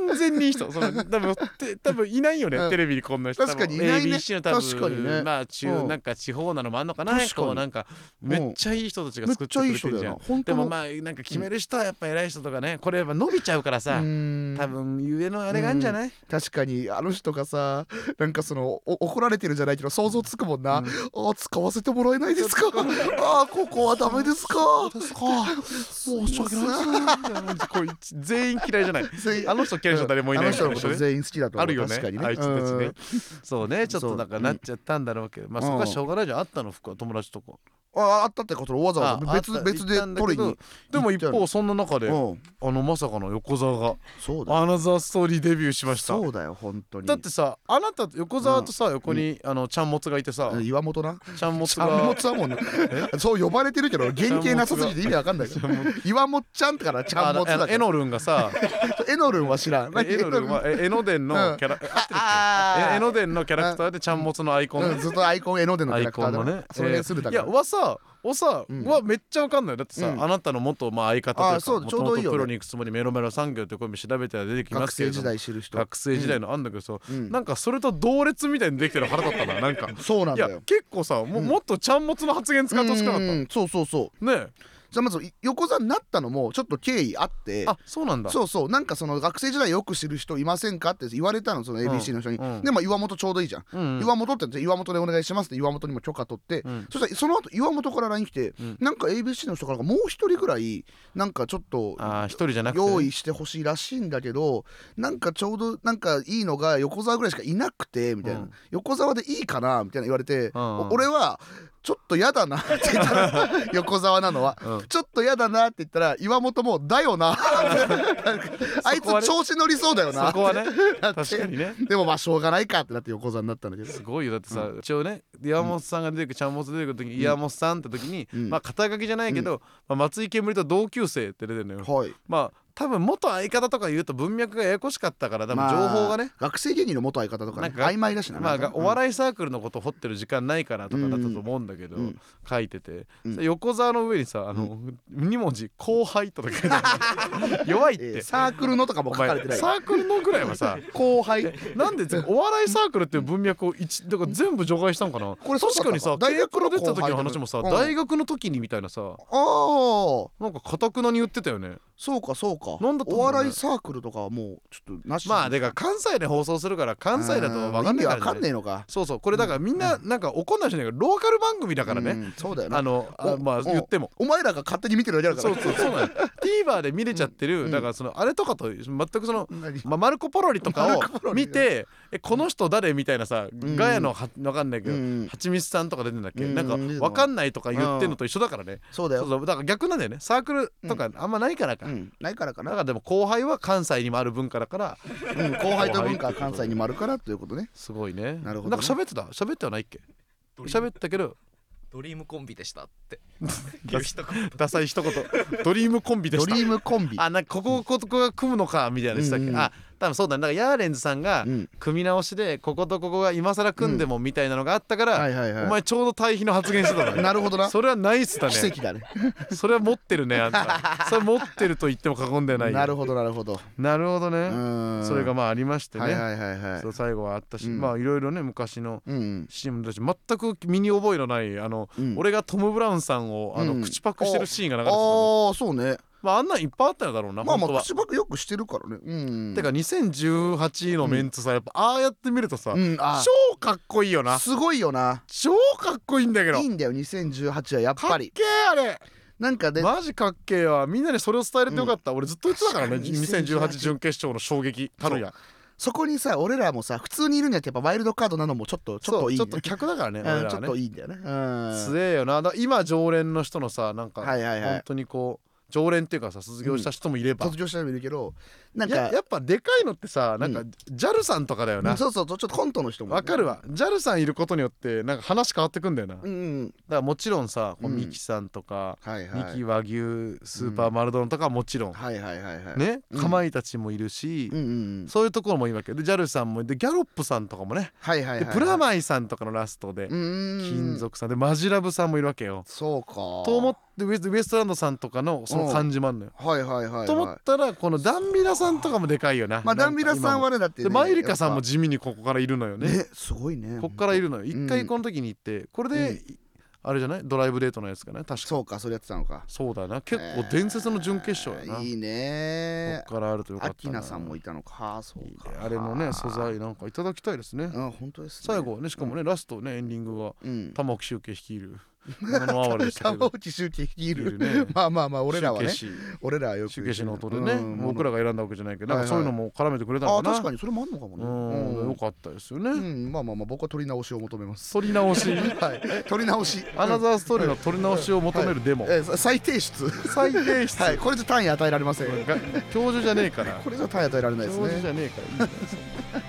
Speaker 1: 完全にいい人。その多分て多分いないよね、
Speaker 2: うん
Speaker 1: テレビにこんな人。
Speaker 2: 確かにいないね
Speaker 1: ABC の多分
Speaker 2: 確かにね
Speaker 1: まあ中、
Speaker 2: うん
Speaker 1: なんか地方なのもあんのかな。
Speaker 2: 確かに
Speaker 1: こうなんかめっちゃいい人たちが
Speaker 2: めっ
Speaker 1: 作っ
Speaker 2: ち
Speaker 1: て
Speaker 2: ゃ
Speaker 1: く
Speaker 2: い
Speaker 1: れ
Speaker 2: い
Speaker 1: て
Speaker 2: 人
Speaker 1: る
Speaker 2: だ
Speaker 1: じゃん。
Speaker 2: よな本
Speaker 1: で
Speaker 2: 当の
Speaker 1: もまあなんか決める人はやっぱ偉い人とかね、これやっぱ伸びちゃうからさ
Speaker 2: う、ーん
Speaker 1: 多分ゆえのあれがあるんじゃない？
Speaker 2: 確かにあの人がさなんかそのお怒られてるんじゃないけど想像つくもんな、ああ使わせてもらえないですかああここはダメですか
Speaker 1: ですか。申し訳ないですね。こいつ全員嫌いじゃない。
Speaker 2: 全員
Speaker 1: あの人嫌いな人誰もいない
Speaker 2: あの人のこ
Speaker 1: 一緒
Speaker 2: と
Speaker 1: ね
Speaker 2: 全員好きだと思う
Speaker 1: あるよね
Speaker 2: 確かにね
Speaker 1: あいつたちね、そうねちょっ
Speaker 2: そ
Speaker 1: と
Speaker 2: う
Speaker 1: なんかなっちゃったんだろうけどまあ
Speaker 2: う
Speaker 1: そ
Speaker 2: ん
Speaker 1: こはしょうがないじゃんあったの服は友達とか
Speaker 2: うんあああったってことわざわざ
Speaker 1: あ
Speaker 2: 別
Speaker 1: あった
Speaker 2: 別
Speaker 1: 行
Speaker 2: で
Speaker 1: ったんだ
Speaker 2: 取
Speaker 1: け
Speaker 2: り
Speaker 1: ど
Speaker 2: に
Speaker 1: でも一
Speaker 2: 行
Speaker 1: 方そんな中で
Speaker 2: うん
Speaker 1: あのまさかの横澤が
Speaker 2: そうだよ
Speaker 1: アナザーストーリーデビューしました
Speaker 2: そうだよ本当に
Speaker 1: だってさあなた横澤とさ横にあのちゃんもつがいてさ
Speaker 2: うん岩本な
Speaker 1: ちゃんもつ
Speaker 2: ちゃんも
Speaker 1: が
Speaker 2: つは もんねそう呼ばれてるけど原型なさすぎて意味わかんないから岩本ちゃんってからちゃ
Speaker 1: あ
Speaker 2: んも
Speaker 1: の
Speaker 2: つ
Speaker 1: あ
Speaker 2: だか
Speaker 1: の
Speaker 2: ら
Speaker 1: エノルンが さ
Speaker 2: エノルンは知らん
Speaker 1: エノルンはえ江ノ電のキャラ合ってるっ
Speaker 2: あ
Speaker 1: け
Speaker 2: ー
Speaker 1: え江ノ電のキャラクターでちゃんもつのアイコン
Speaker 2: うんずっとアイコンエノデのキ
Speaker 1: ア
Speaker 2: ャ
Speaker 1: イ
Speaker 2: ラク
Speaker 1: コ
Speaker 2: ター
Speaker 1: ン
Speaker 2: だ
Speaker 1: の
Speaker 2: な
Speaker 1: ね。
Speaker 2: それでするだ
Speaker 1: い
Speaker 2: から
Speaker 1: や、わさ、おさ、
Speaker 2: うん
Speaker 1: はめっちゃわかんない。だってさ、
Speaker 2: うん
Speaker 1: あなたの元まあ相方という
Speaker 2: あ
Speaker 1: か、
Speaker 2: そうちょうどいい
Speaker 1: 元々
Speaker 2: よね
Speaker 1: プロに行くつもりメロメロ産業ってコンビ調べたら出てきま
Speaker 2: 学
Speaker 1: すけれ
Speaker 2: 生
Speaker 1: ど
Speaker 2: 時
Speaker 1: も。
Speaker 2: 代知る人
Speaker 1: 学生時代のあんだけどさ、
Speaker 2: うん
Speaker 1: なんかそれと同列みたいにできてるの腹立ったな なんか
Speaker 2: そうなん
Speaker 1: い
Speaker 2: だ
Speaker 1: や
Speaker 2: よ
Speaker 1: 結構さも,、もっとちゃんもつの発言使ってほしくなかった、
Speaker 2: うんそうそうそう
Speaker 1: ねえ
Speaker 2: じゃあまずい横座になったのもちょっと経緯あって
Speaker 1: あそうなんだ
Speaker 2: そうそうなんかその学生時代よく知る人いませんかって言われたのその ABC の人に、
Speaker 1: うん
Speaker 2: でまあ岩本ちょうどいいじゃん、
Speaker 1: うん
Speaker 2: 岩本って言って岩本でお願いしますって岩本にも許可取って、
Speaker 1: うん
Speaker 2: そしたらその後岩本から LINE 来て、
Speaker 1: うん
Speaker 2: なんか ABC の人からもう一人ぐらいなんかちょっと
Speaker 1: あー一人じゃなくて
Speaker 2: 用意してほしいらしいんだけどなんかちょうどなんかいいのが横澤ぐらいしかいなくてみたいな、
Speaker 1: うん
Speaker 2: 横澤でいいかなみたいな言われて、
Speaker 1: うんうん
Speaker 2: お俺はちょっと嫌だなって言っ たら横澤なのは、
Speaker 1: うん
Speaker 2: ちょっと嫌だなって言ったら岩本も「だよ な」なんかあいつ
Speaker 1: そこはね
Speaker 2: 調子乗りそうだよな
Speaker 1: そこはね
Speaker 2: だって
Speaker 1: 確かにね
Speaker 2: でもまあしょうがないかってなって横澤になったんだけど
Speaker 1: すごいよだってさ、一応ね岩本さんが出てくるちゃんもつ出てくる時に岩本さんって時に、
Speaker 2: うん
Speaker 1: まあ肩書きじゃないけど、まあ、松井煙と同級生って出てるのよ、
Speaker 2: はい
Speaker 1: まあ多分元相方とか言うと文脈がややこしかったから多分
Speaker 2: まあ
Speaker 1: 情報がね、
Speaker 2: 学生芸人の元相方とか,、ね、
Speaker 1: なんか
Speaker 2: 曖昧だしな
Speaker 1: まあ
Speaker 2: なん
Speaker 1: が
Speaker 2: か
Speaker 1: お笑いサークルのこと掘ってる時間ないからとかだったと思うんだけど、
Speaker 2: うんうん
Speaker 1: 書いてて、
Speaker 2: うん
Speaker 1: さ横沢の上にさあの、二文字「後輩」とか書いてある 弱いって、
Speaker 2: えーサークルのとかも
Speaker 1: お
Speaker 2: 書かれ
Speaker 1: 前
Speaker 2: てない
Speaker 1: サークルのぐらいはさ
Speaker 2: 後輩
Speaker 1: なんでお笑いサークルっていう文脈を一だから全部除外したんかな
Speaker 2: これそう
Speaker 1: 確
Speaker 2: だった
Speaker 1: かにさ
Speaker 2: 大
Speaker 1: 大
Speaker 2: 学
Speaker 1: 学
Speaker 2: の
Speaker 1: の出てた時の話もさ、
Speaker 2: 後輩だよ
Speaker 1: 大学の時にみたいなさ
Speaker 2: ああ
Speaker 1: なんかかたくなに言ってたよね
Speaker 2: そうかそうか
Speaker 1: なんだと思う
Speaker 2: お笑いサークルとかはもうちょっとなし
Speaker 1: まあでか関西で放送するから関西だと分かんない
Speaker 2: 意
Speaker 1: から
Speaker 2: 味わかんねえのか
Speaker 1: そうそうこれだからみんななんか怒んないしないけどローカル番組だから
Speaker 2: う
Speaker 1: ね、
Speaker 2: んそうだよ
Speaker 1: あ
Speaker 2: な
Speaker 1: のあ
Speaker 2: お
Speaker 1: まあ
Speaker 2: お
Speaker 1: 言っても
Speaker 2: お前らが勝手に見てるだけだか
Speaker 1: そう
Speaker 2: ら
Speaker 1: そうそうなの TVer で見れちゃってる、だからそのあれとかと全くその、
Speaker 2: 何
Speaker 1: まあ、マルコ・ポロリと
Speaker 2: マ
Speaker 1: か
Speaker 2: ルコポ
Speaker 1: を
Speaker 2: ロリ
Speaker 1: 見てえこの人誰みたいなさ、
Speaker 2: ん
Speaker 1: ガヤのは分かんないけど、
Speaker 2: うん
Speaker 1: はちみつさんとか出てんだっけ、
Speaker 2: うん
Speaker 1: なんか
Speaker 2: うん
Speaker 1: 分かんないとか言ってんのと一緒だからね、
Speaker 2: そうだ
Speaker 1: そう
Speaker 2: よ
Speaker 1: そうだから逆なんだよねサークルとかあんまないからか、
Speaker 2: うんないからか
Speaker 1: だか
Speaker 2: な
Speaker 1: らでも後輩は関西にもある文化だから
Speaker 2: うん後輩と文化は関西にもあるからということね
Speaker 1: すごいね
Speaker 2: なるほどね
Speaker 1: んか喋ってた喋ってはないっけ
Speaker 3: ドリー
Speaker 1: 喋
Speaker 3: ム
Speaker 1: ったけど
Speaker 3: ドリームコンビでした っていう一言
Speaker 1: ダサい一言ドリームコンビで
Speaker 2: ド
Speaker 1: した
Speaker 2: リームコンビ
Speaker 1: あなんかここここが組むのかみたいなでしたっけ、
Speaker 2: うんうん
Speaker 1: あ多分そうだねだからヤーレンズさんが
Speaker 2: うん
Speaker 1: 組み直しでこことここが今更組んでもみたいなのがあったから、
Speaker 2: はいはいはい
Speaker 1: お前ちょうど対比の発言してたのね
Speaker 2: なるほどな
Speaker 1: それはナイスだね
Speaker 2: 奇跡だね
Speaker 1: それは持ってるねあん たそれ持ってると言っても過言ではないよ
Speaker 2: なるほどなるほど
Speaker 1: なるほど
Speaker 2: う
Speaker 1: ね、
Speaker 2: ーん
Speaker 1: それがまあありましてね、
Speaker 2: はいはいはいはい
Speaker 1: そう最後はあったし、
Speaker 2: うん
Speaker 1: まあいろいろね昔の
Speaker 2: うん
Speaker 1: CM だし全く身に覚えのないあの、
Speaker 2: うん
Speaker 1: 俺がトム・ブラウンさんをあの、
Speaker 2: うん
Speaker 1: 口パクしてるシーンが流
Speaker 2: あ
Speaker 1: れ
Speaker 2: あ
Speaker 1: てたの、
Speaker 2: ーそうね
Speaker 1: まあ、あんなんいっぱいあったんだろうな、
Speaker 2: まあま
Speaker 1: 本当
Speaker 2: あ
Speaker 1: は
Speaker 2: 口ばくよくしてるからねうん
Speaker 1: てか2018のメンツさやっぱああやって見るとさ、
Speaker 2: うんあ
Speaker 1: 超かっこいいよな
Speaker 2: すごいよな
Speaker 1: 超かっこいいんだけど
Speaker 2: いいんだよ2018はやっ
Speaker 1: か
Speaker 2: ぱ
Speaker 1: っけ
Speaker 2: り
Speaker 1: えあれ
Speaker 2: なんかで
Speaker 1: マジかっけえわみんなにそれを伝えれてよかった、俺ずっと言ってたからね
Speaker 2: 確かに2018
Speaker 1: 2018準決勝の衝撃たるや
Speaker 2: そこにさ俺らもさ普通にいるんやってやっぱワイルドカードなのもちょっとちょっ
Speaker 1: そ
Speaker 2: と
Speaker 1: う
Speaker 2: いい
Speaker 1: ち
Speaker 2: ね
Speaker 1: ょっと客だからね
Speaker 2: うん
Speaker 1: 俺ら
Speaker 2: ちょ
Speaker 1: は
Speaker 2: っ
Speaker 1: ね
Speaker 2: といいんだよねうん
Speaker 1: 強えよなだから今常連の人のさなんか、
Speaker 2: はいはいはい
Speaker 1: 本当にこう常連っていうかさ卒業した人もいれば、
Speaker 2: 卒業した人もいるけどなん
Speaker 1: いや
Speaker 2: か
Speaker 1: やっぱでかいのってさなんか JAL さんとかだよ
Speaker 2: う
Speaker 1: なん
Speaker 2: そうそうちょっとコントの人もね
Speaker 1: わかるわ JAL さんいることによってなんか話変わってくんだよなだ
Speaker 2: う
Speaker 1: か
Speaker 2: んうん
Speaker 1: らもちろんさこう
Speaker 2: うん
Speaker 1: ミキさんとか、
Speaker 2: はい
Speaker 1: ミ
Speaker 2: はい
Speaker 1: キ和牛スーパーマルドーンとかはもちろん、
Speaker 2: はいはいはいはい
Speaker 1: ね
Speaker 2: うん
Speaker 1: かまいたちもいるし、
Speaker 2: うんうん
Speaker 1: そういうところもいいわけで JAL さんもでギャロップさんとかもね、
Speaker 2: はいはいはいはい
Speaker 1: でプラマイさんとかのラストで、
Speaker 2: うんうんうん
Speaker 1: 金属さんでマジラブさんもいるわけよ。
Speaker 2: そうか
Speaker 1: と思ってウエスウエストランドさんとかのその感じもあんのよ。
Speaker 2: はいはいはいはい
Speaker 1: と思ったらこのダンビラさんとかもでかいよな。
Speaker 2: まあダンビラさんはねだって
Speaker 1: で
Speaker 2: ね
Speaker 1: マユリカさん
Speaker 2: や
Speaker 1: も
Speaker 2: っ
Speaker 1: 地味にここからいるのよ
Speaker 2: ぱ
Speaker 1: ね。
Speaker 2: ねすごいね
Speaker 1: ここからいるのよ。
Speaker 2: ん
Speaker 1: 一回この時に行ってこれで、あれじゃないドライブデートのやつかね確か
Speaker 2: そうかそれやってたのか
Speaker 1: そうだな結構伝説の準決勝やな。
Speaker 2: いいね
Speaker 1: ここからあるとよか
Speaker 2: ア
Speaker 1: った
Speaker 2: キナさんもいたのかあーそう
Speaker 1: いいね
Speaker 2: か
Speaker 1: あれのね素材なんかいただきたいですね。
Speaker 2: うん本当ですね
Speaker 1: 最後はねしかもね、ラストねエンディングが
Speaker 2: うん
Speaker 1: 玉置周慶率いるもの哀れでしたけ
Speaker 2: 玉
Speaker 1: ど
Speaker 2: 内周慶率い
Speaker 1: いる
Speaker 2: る
Speaker 1: ね
Speaker 2: まあまあまあ俺らはね
Speaker 1: 周慶氏
Speaker 2: 俺らはよく
Speaker 1: シュケシの音でね、
Speaker 2: うん
Speaker 1: 僕らが選んだわけじゃないけどなんかそういうのも絡めてくれた
Speaker 2: あ
Speaker 1: の
Speaker 2: あ
Speaker 1: かな、
Speaker 2: 確かにそれもあんのかもね
Speaker 1: うん、
Speaker 2: う
Speaker 1: よ
Speaker 2: ん
Speaker 1: かったですよね、
Speaker 2: うんまあまあまあ僕は取り直しを求めます
Speaker 1: 撮り直し
Speaker 2: はい取り直し
Speaker 1: アナザーストーリーの撮り直しを求めるデモ、
Speaker 2: えー再提出
Speaker 1: 再提出、
Speaker 2: はいこれじゃ単位与えられません
Speaker 1: が教授じゃねえから
Speaker 2: これじゃ単位与えられないです
Speaker 1: 教授じ
Speaker 2: ね
Speaker 1: ゃねえからいいんだよそんな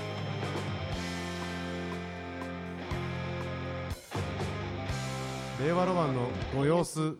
Speaker 4: 令和ロマンのご様子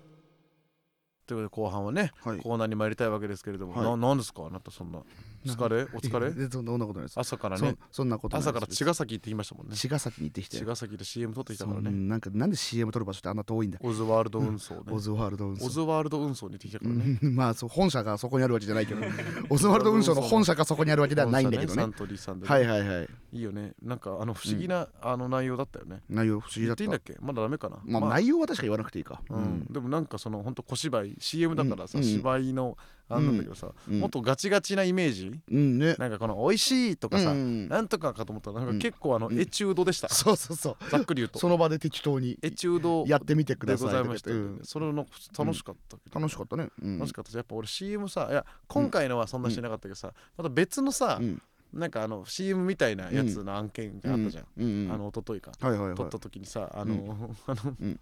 Speaker 1: ということで後半はね、
Speaker 2: はい
Speaker 1: コーナーに参りたいわけですけれども、
Speaker 2: はい
Speaker 1: ななんですかあなたそんな疲れお疲れ
Speaker 2: えそんなことないです
Speaker 1: 朝から
Speaker 2: そ
Speaker 1: ね
Speaker 2: んそんなことないです
Speaker 1: 朝から茅ヶ崎行ってきましたもんね
Speaker 2: 茅ヶ崎に行ってきて
Speaker 1: 茅ヶ崎で CM 撮ってきた
Speaker 2: そ
Speaker 1: から
Speaker 2: うう
Speaker 1: ね
Speaker 2: んなんかなんで CM 撮る場所ってあんな遠いんだ
Speaker 1: オズワールド運送ね
Speaker 2: オズワルド運送
Speaker 1: オズワールド運送に行ってきたからね
Speaker 2: うん まあそう本社がそこにあるわけじゃない けどオズワルド運送の本社がそこにあるわけではないんだけど
Speaker 1: サ
Speaker 2: ね
Speaker 1: ントリーさんでね、
Speaker 2: はいはいはい
Speaker 1: いいよねなんかあの不思議な、あの内容だったよね
Speaker 2: 内容不思議
Speaker 1: 言
Speaker 2: だ
Speaker 1: っ
Speaker 2: って
Speaker 1: い
Speaker 2: た
Speaker 1: いんだっけまだダメかな
Speaker 2: まあ、内容は確か言わなくていいか、
Speaker 1: うん、でもなんかそのほんと小芝居 CM だからさ、
Speaker 2: うん
Speaker 1: 芝居のあんなんだけどさ、
Speaker 2: うん
Speaker 1: もっとガチガチなイメージ
Speaker 2: うんね
Speaker 1: なんかこの「美味しい」とかさ、
Speaker 2: うん
Speaker 1: なんとかかと思ったらなん
Speaker 2: う
Speaker 1: か
Speaker 2: ん
Speaker 1: 結構あの、
Speaker 2: ん
Speaker 1: エチュードでした、
Speaker 2: そうそうそう
Speaker 1: ざっくり言うと
Speaker 2: その場で適当に
Speaker 1: エチュード
Speaker 2: やってみてく
Speaker 1: で
Speaker 2: ださ
Speaker 1: ご
Speaker 2: い
Speaker 1: ざいましたよね、
Speaker 2: うん
Speaker 1: それの楽しかったけど、
Speaker 2: 楽しかったね、うん、
Speaker 1: 楽しかったしやっぱ俺 CM さいや今回のはそんなしてなかったけどさ、また別のさ、
Speaker 2: うん
Speaker 1: なんかあの CM みたいなやつの案件があったじゃん、
Speaker 2: うんうん
Speaker 1: あの一昨日か、
Speaker 2: はいはいはい
Speaker 1: 撮った時にさあの、 あの、
Speaker 2: うん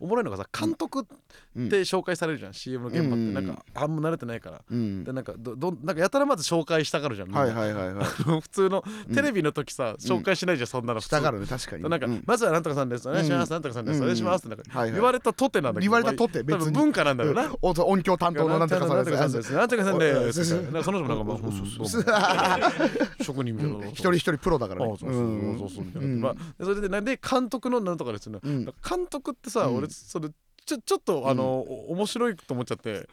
Speaker 1: おもろいのがさ監督って
Speaker 2: うん
Speaker 1: 紹介されるじゃん、CM の現場って
Speaker 2: うん
Speaker 1: なんかあんま慣れてないから、
Speaker 2: うん
Speaker 1: でなんかどどんなんかやたらまず紹介したがるじゃん、みんな
Speaker 2: はいはい はいはい
Speaker 1: 普通のテレビの時さ、紹介しないじゃんそんなの
Speaker 2: したが
Speaker 1: る
Speaker 2: るね確かに
Speaker 1: なんか、
Speaker 2: うん
Speaker 1: まずはなんとかさんですお願いします、なんとかさんです、
Speaker 2: うん
Speaker 1: お願いしますってなんか、
Speaker 2: はいはい
Speaker 1: 言われたとてなんだけど
Speaker 2: 言われたとて
Speaker 1: まあ多分
Speaker 2: 別に
Speaker 1: 文化なんだろうな、
Speaker 2: お音響担当のなんとかさん
Speaker 1: なんとかさんです。なんとかさんです。なんかその人もなんかまあ、
Speaker 2: そうそうそう
Speaker 1: どう も職人みたいな。
Speaker 2: 一人一人プロだから
Speaker 1: あ
Speaker 2: ね
Speaker 1: あそうそうそうそうそうみたいな、まあ、でそれでなんで監督のなんとかですよね、
Speaker 2: うん
Speaker 1: 監督ってさ、
Speaker 2: うん
Speaker 1: 俺それちょちょっとあの、お面白いと思っちゃって、ず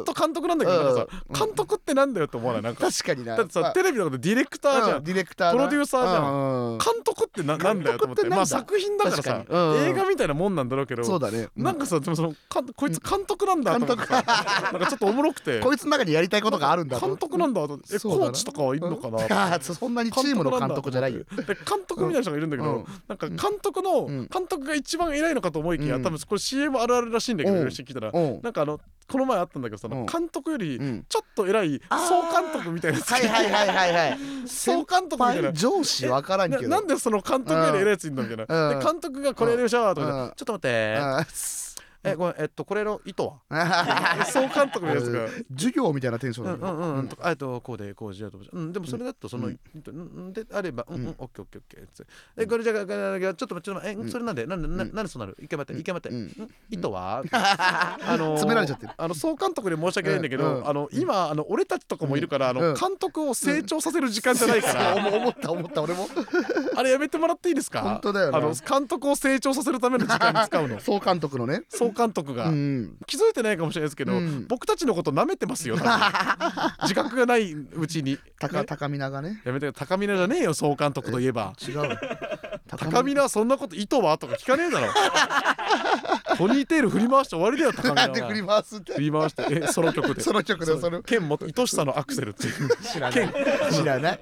Speaker 1: っと監督なんだけどなんかさ、監督ってなんだよって思わないなんか
Speaker 2: 確かにな
Speaker 1: だってさ、
Speaker 2: まあ
Speaker 1: テレビとかでディレクターじゃん、
Speaker 2: うんディレクターな
Speaker 1: プロデューサーじゃん
Speaker 2: うんう
Speaker 1: 監
Speaker 2: ん
Speaker 1: 督ってななんだよと思って
Speaker 2: 監督ってなんだ
Speaker 1: まあ作品だからさ
Speaker 2: 確、かにうん
Speaker 1: 映画みたいなもんなんだろうけど
Speaker 2: そうだね
Speaker 1: なんかさでもそのかこいつ監督なんだと思ってさ、なんかちょっとおもろくて
Speaker 2: こいつの中にやりたいことがあるんだと
Speaker 1: 監督なんだとえ
Speaker 2: そうだ
Speaker 1: コ
Speaker 2: な
Speaker 1: ーチとかはいるのかな
Speaker 2: あーそそんなにチームの監督じゃないよ
Speaker 1: 監督なんだで監督みたいな人がいるんだけど、
Speaker 2: うん
Speaker 1: なんか監督の、
Speaker 2: ん
Speaker 1: 監督が一番偉いのかと思いきや、
Speaker 2: うん
Speaker 1: 多分これ CM あるあるらしいんだけど、
Speaker 2: うん
Speaker 1: よろしい聞いたら、
Speaker 2: うん
Speaker 1: なんかあのこの前あったんだけどさ、
Speaker 2: ん
Speaker 1: 監督より
Speaker 2: うん
Speaker 1: ちょっと偉い
Speaker 2: あー
Speaker 1: 総監督みたいなやつ
Speaker 2: はいはいはいはいはい
Speaker 1: 総監督みたいな
Speaker 2: 先輩上司わからんけ
Speaker 1: な
Speaker 2: ど
Speaker 1: なんでその監督より偉いやついんだみたいな、
Speaker 2: うん
Speaker 1: で監督がこれやりましょうとか言って、
Speaker 2: うん
Speaker 1: ちょっと待って、
Speaker 2: あー
Speaker 1: えごめんえっとこれの意図は
Speaker 2: 授
Speaker 1: 総監督のやつが
Speaker 2: 業みたいなテンション
Speaker 1: う
Speaker 2: だ
Speaker 1: ん
Speaker 2: け
Speaker 1: う
Speaker 2: ど、
Speaker 1: んう
Speaker 2: うん
Speaker 1: んとかあえっとこうでこうしようと思ってうんでもそれだとその
Speaker 2: う
Speaker 1: うんんであればうん
Speaker 2: う
Speaker 1: うんんオッケーオッケーオッケーつってえこれじゃあこれじゃあちょっと待ってちょっと待って
Speaker 2: う
Speaker 1: え
Speaker 2: ん
Speaker 1: それなんでなんでな
Speaker 2: うん
Speaker 1: なんでそうなる一回待って一回待って
Speaker 2: う
Speaker 1: うんん意図はあのー
Speaker 2: 詰められちゃってる
Speaker 1: あの総監督に申し訳ないんだけ
Speaker 2: うんう
Speaker 1: ど
Speaker 2: ん
Speaker 1: あの今あの俺たちとかもいるからあ
Speaker 2: うん
Speaker 1: の監督を成長させる時間じゃないか
Speaker 2: そう
Speaker 1: ら
Speaker 2: 思思った思った俺も
Speaker 1: あれやめてもらっていいですか
Speaker 2: 本当だよな
Speaker 1: あの監督を成長させるための時 間に使うの
Speaker 2: 総監督のね
Speaker 1: 総監督が、
Speaker 2: うん
Speaker 1: 気づいてないかもしれないですけど、
Speaker 2: うん
Speaker 1: 僕たちのこと舐めてますよ多 分自覚がないうちに
Speaker 2: 高
Speaker 1: ね
Speaker 2: 高見がね
Speaker 1: やめてよ高見菜じゃねえよ総監督といえば
Speaker 2: 違う
Speaker 1: 高見菜はそんなこと意図はとか聞かねえだろポニーテール振り回して終わりだよ高見
Speaker 2: な
Speaker 1: 菜
Speaker 2: んで振り
Speaker 1: は
Speaker 2: 回すって
Speaker 1: 振り回してえソロ曲で
Speaker 2: その曲でその
Speaker 1: 剣も愛しさのアクセルっていう
Speaker 2: 知らない知らない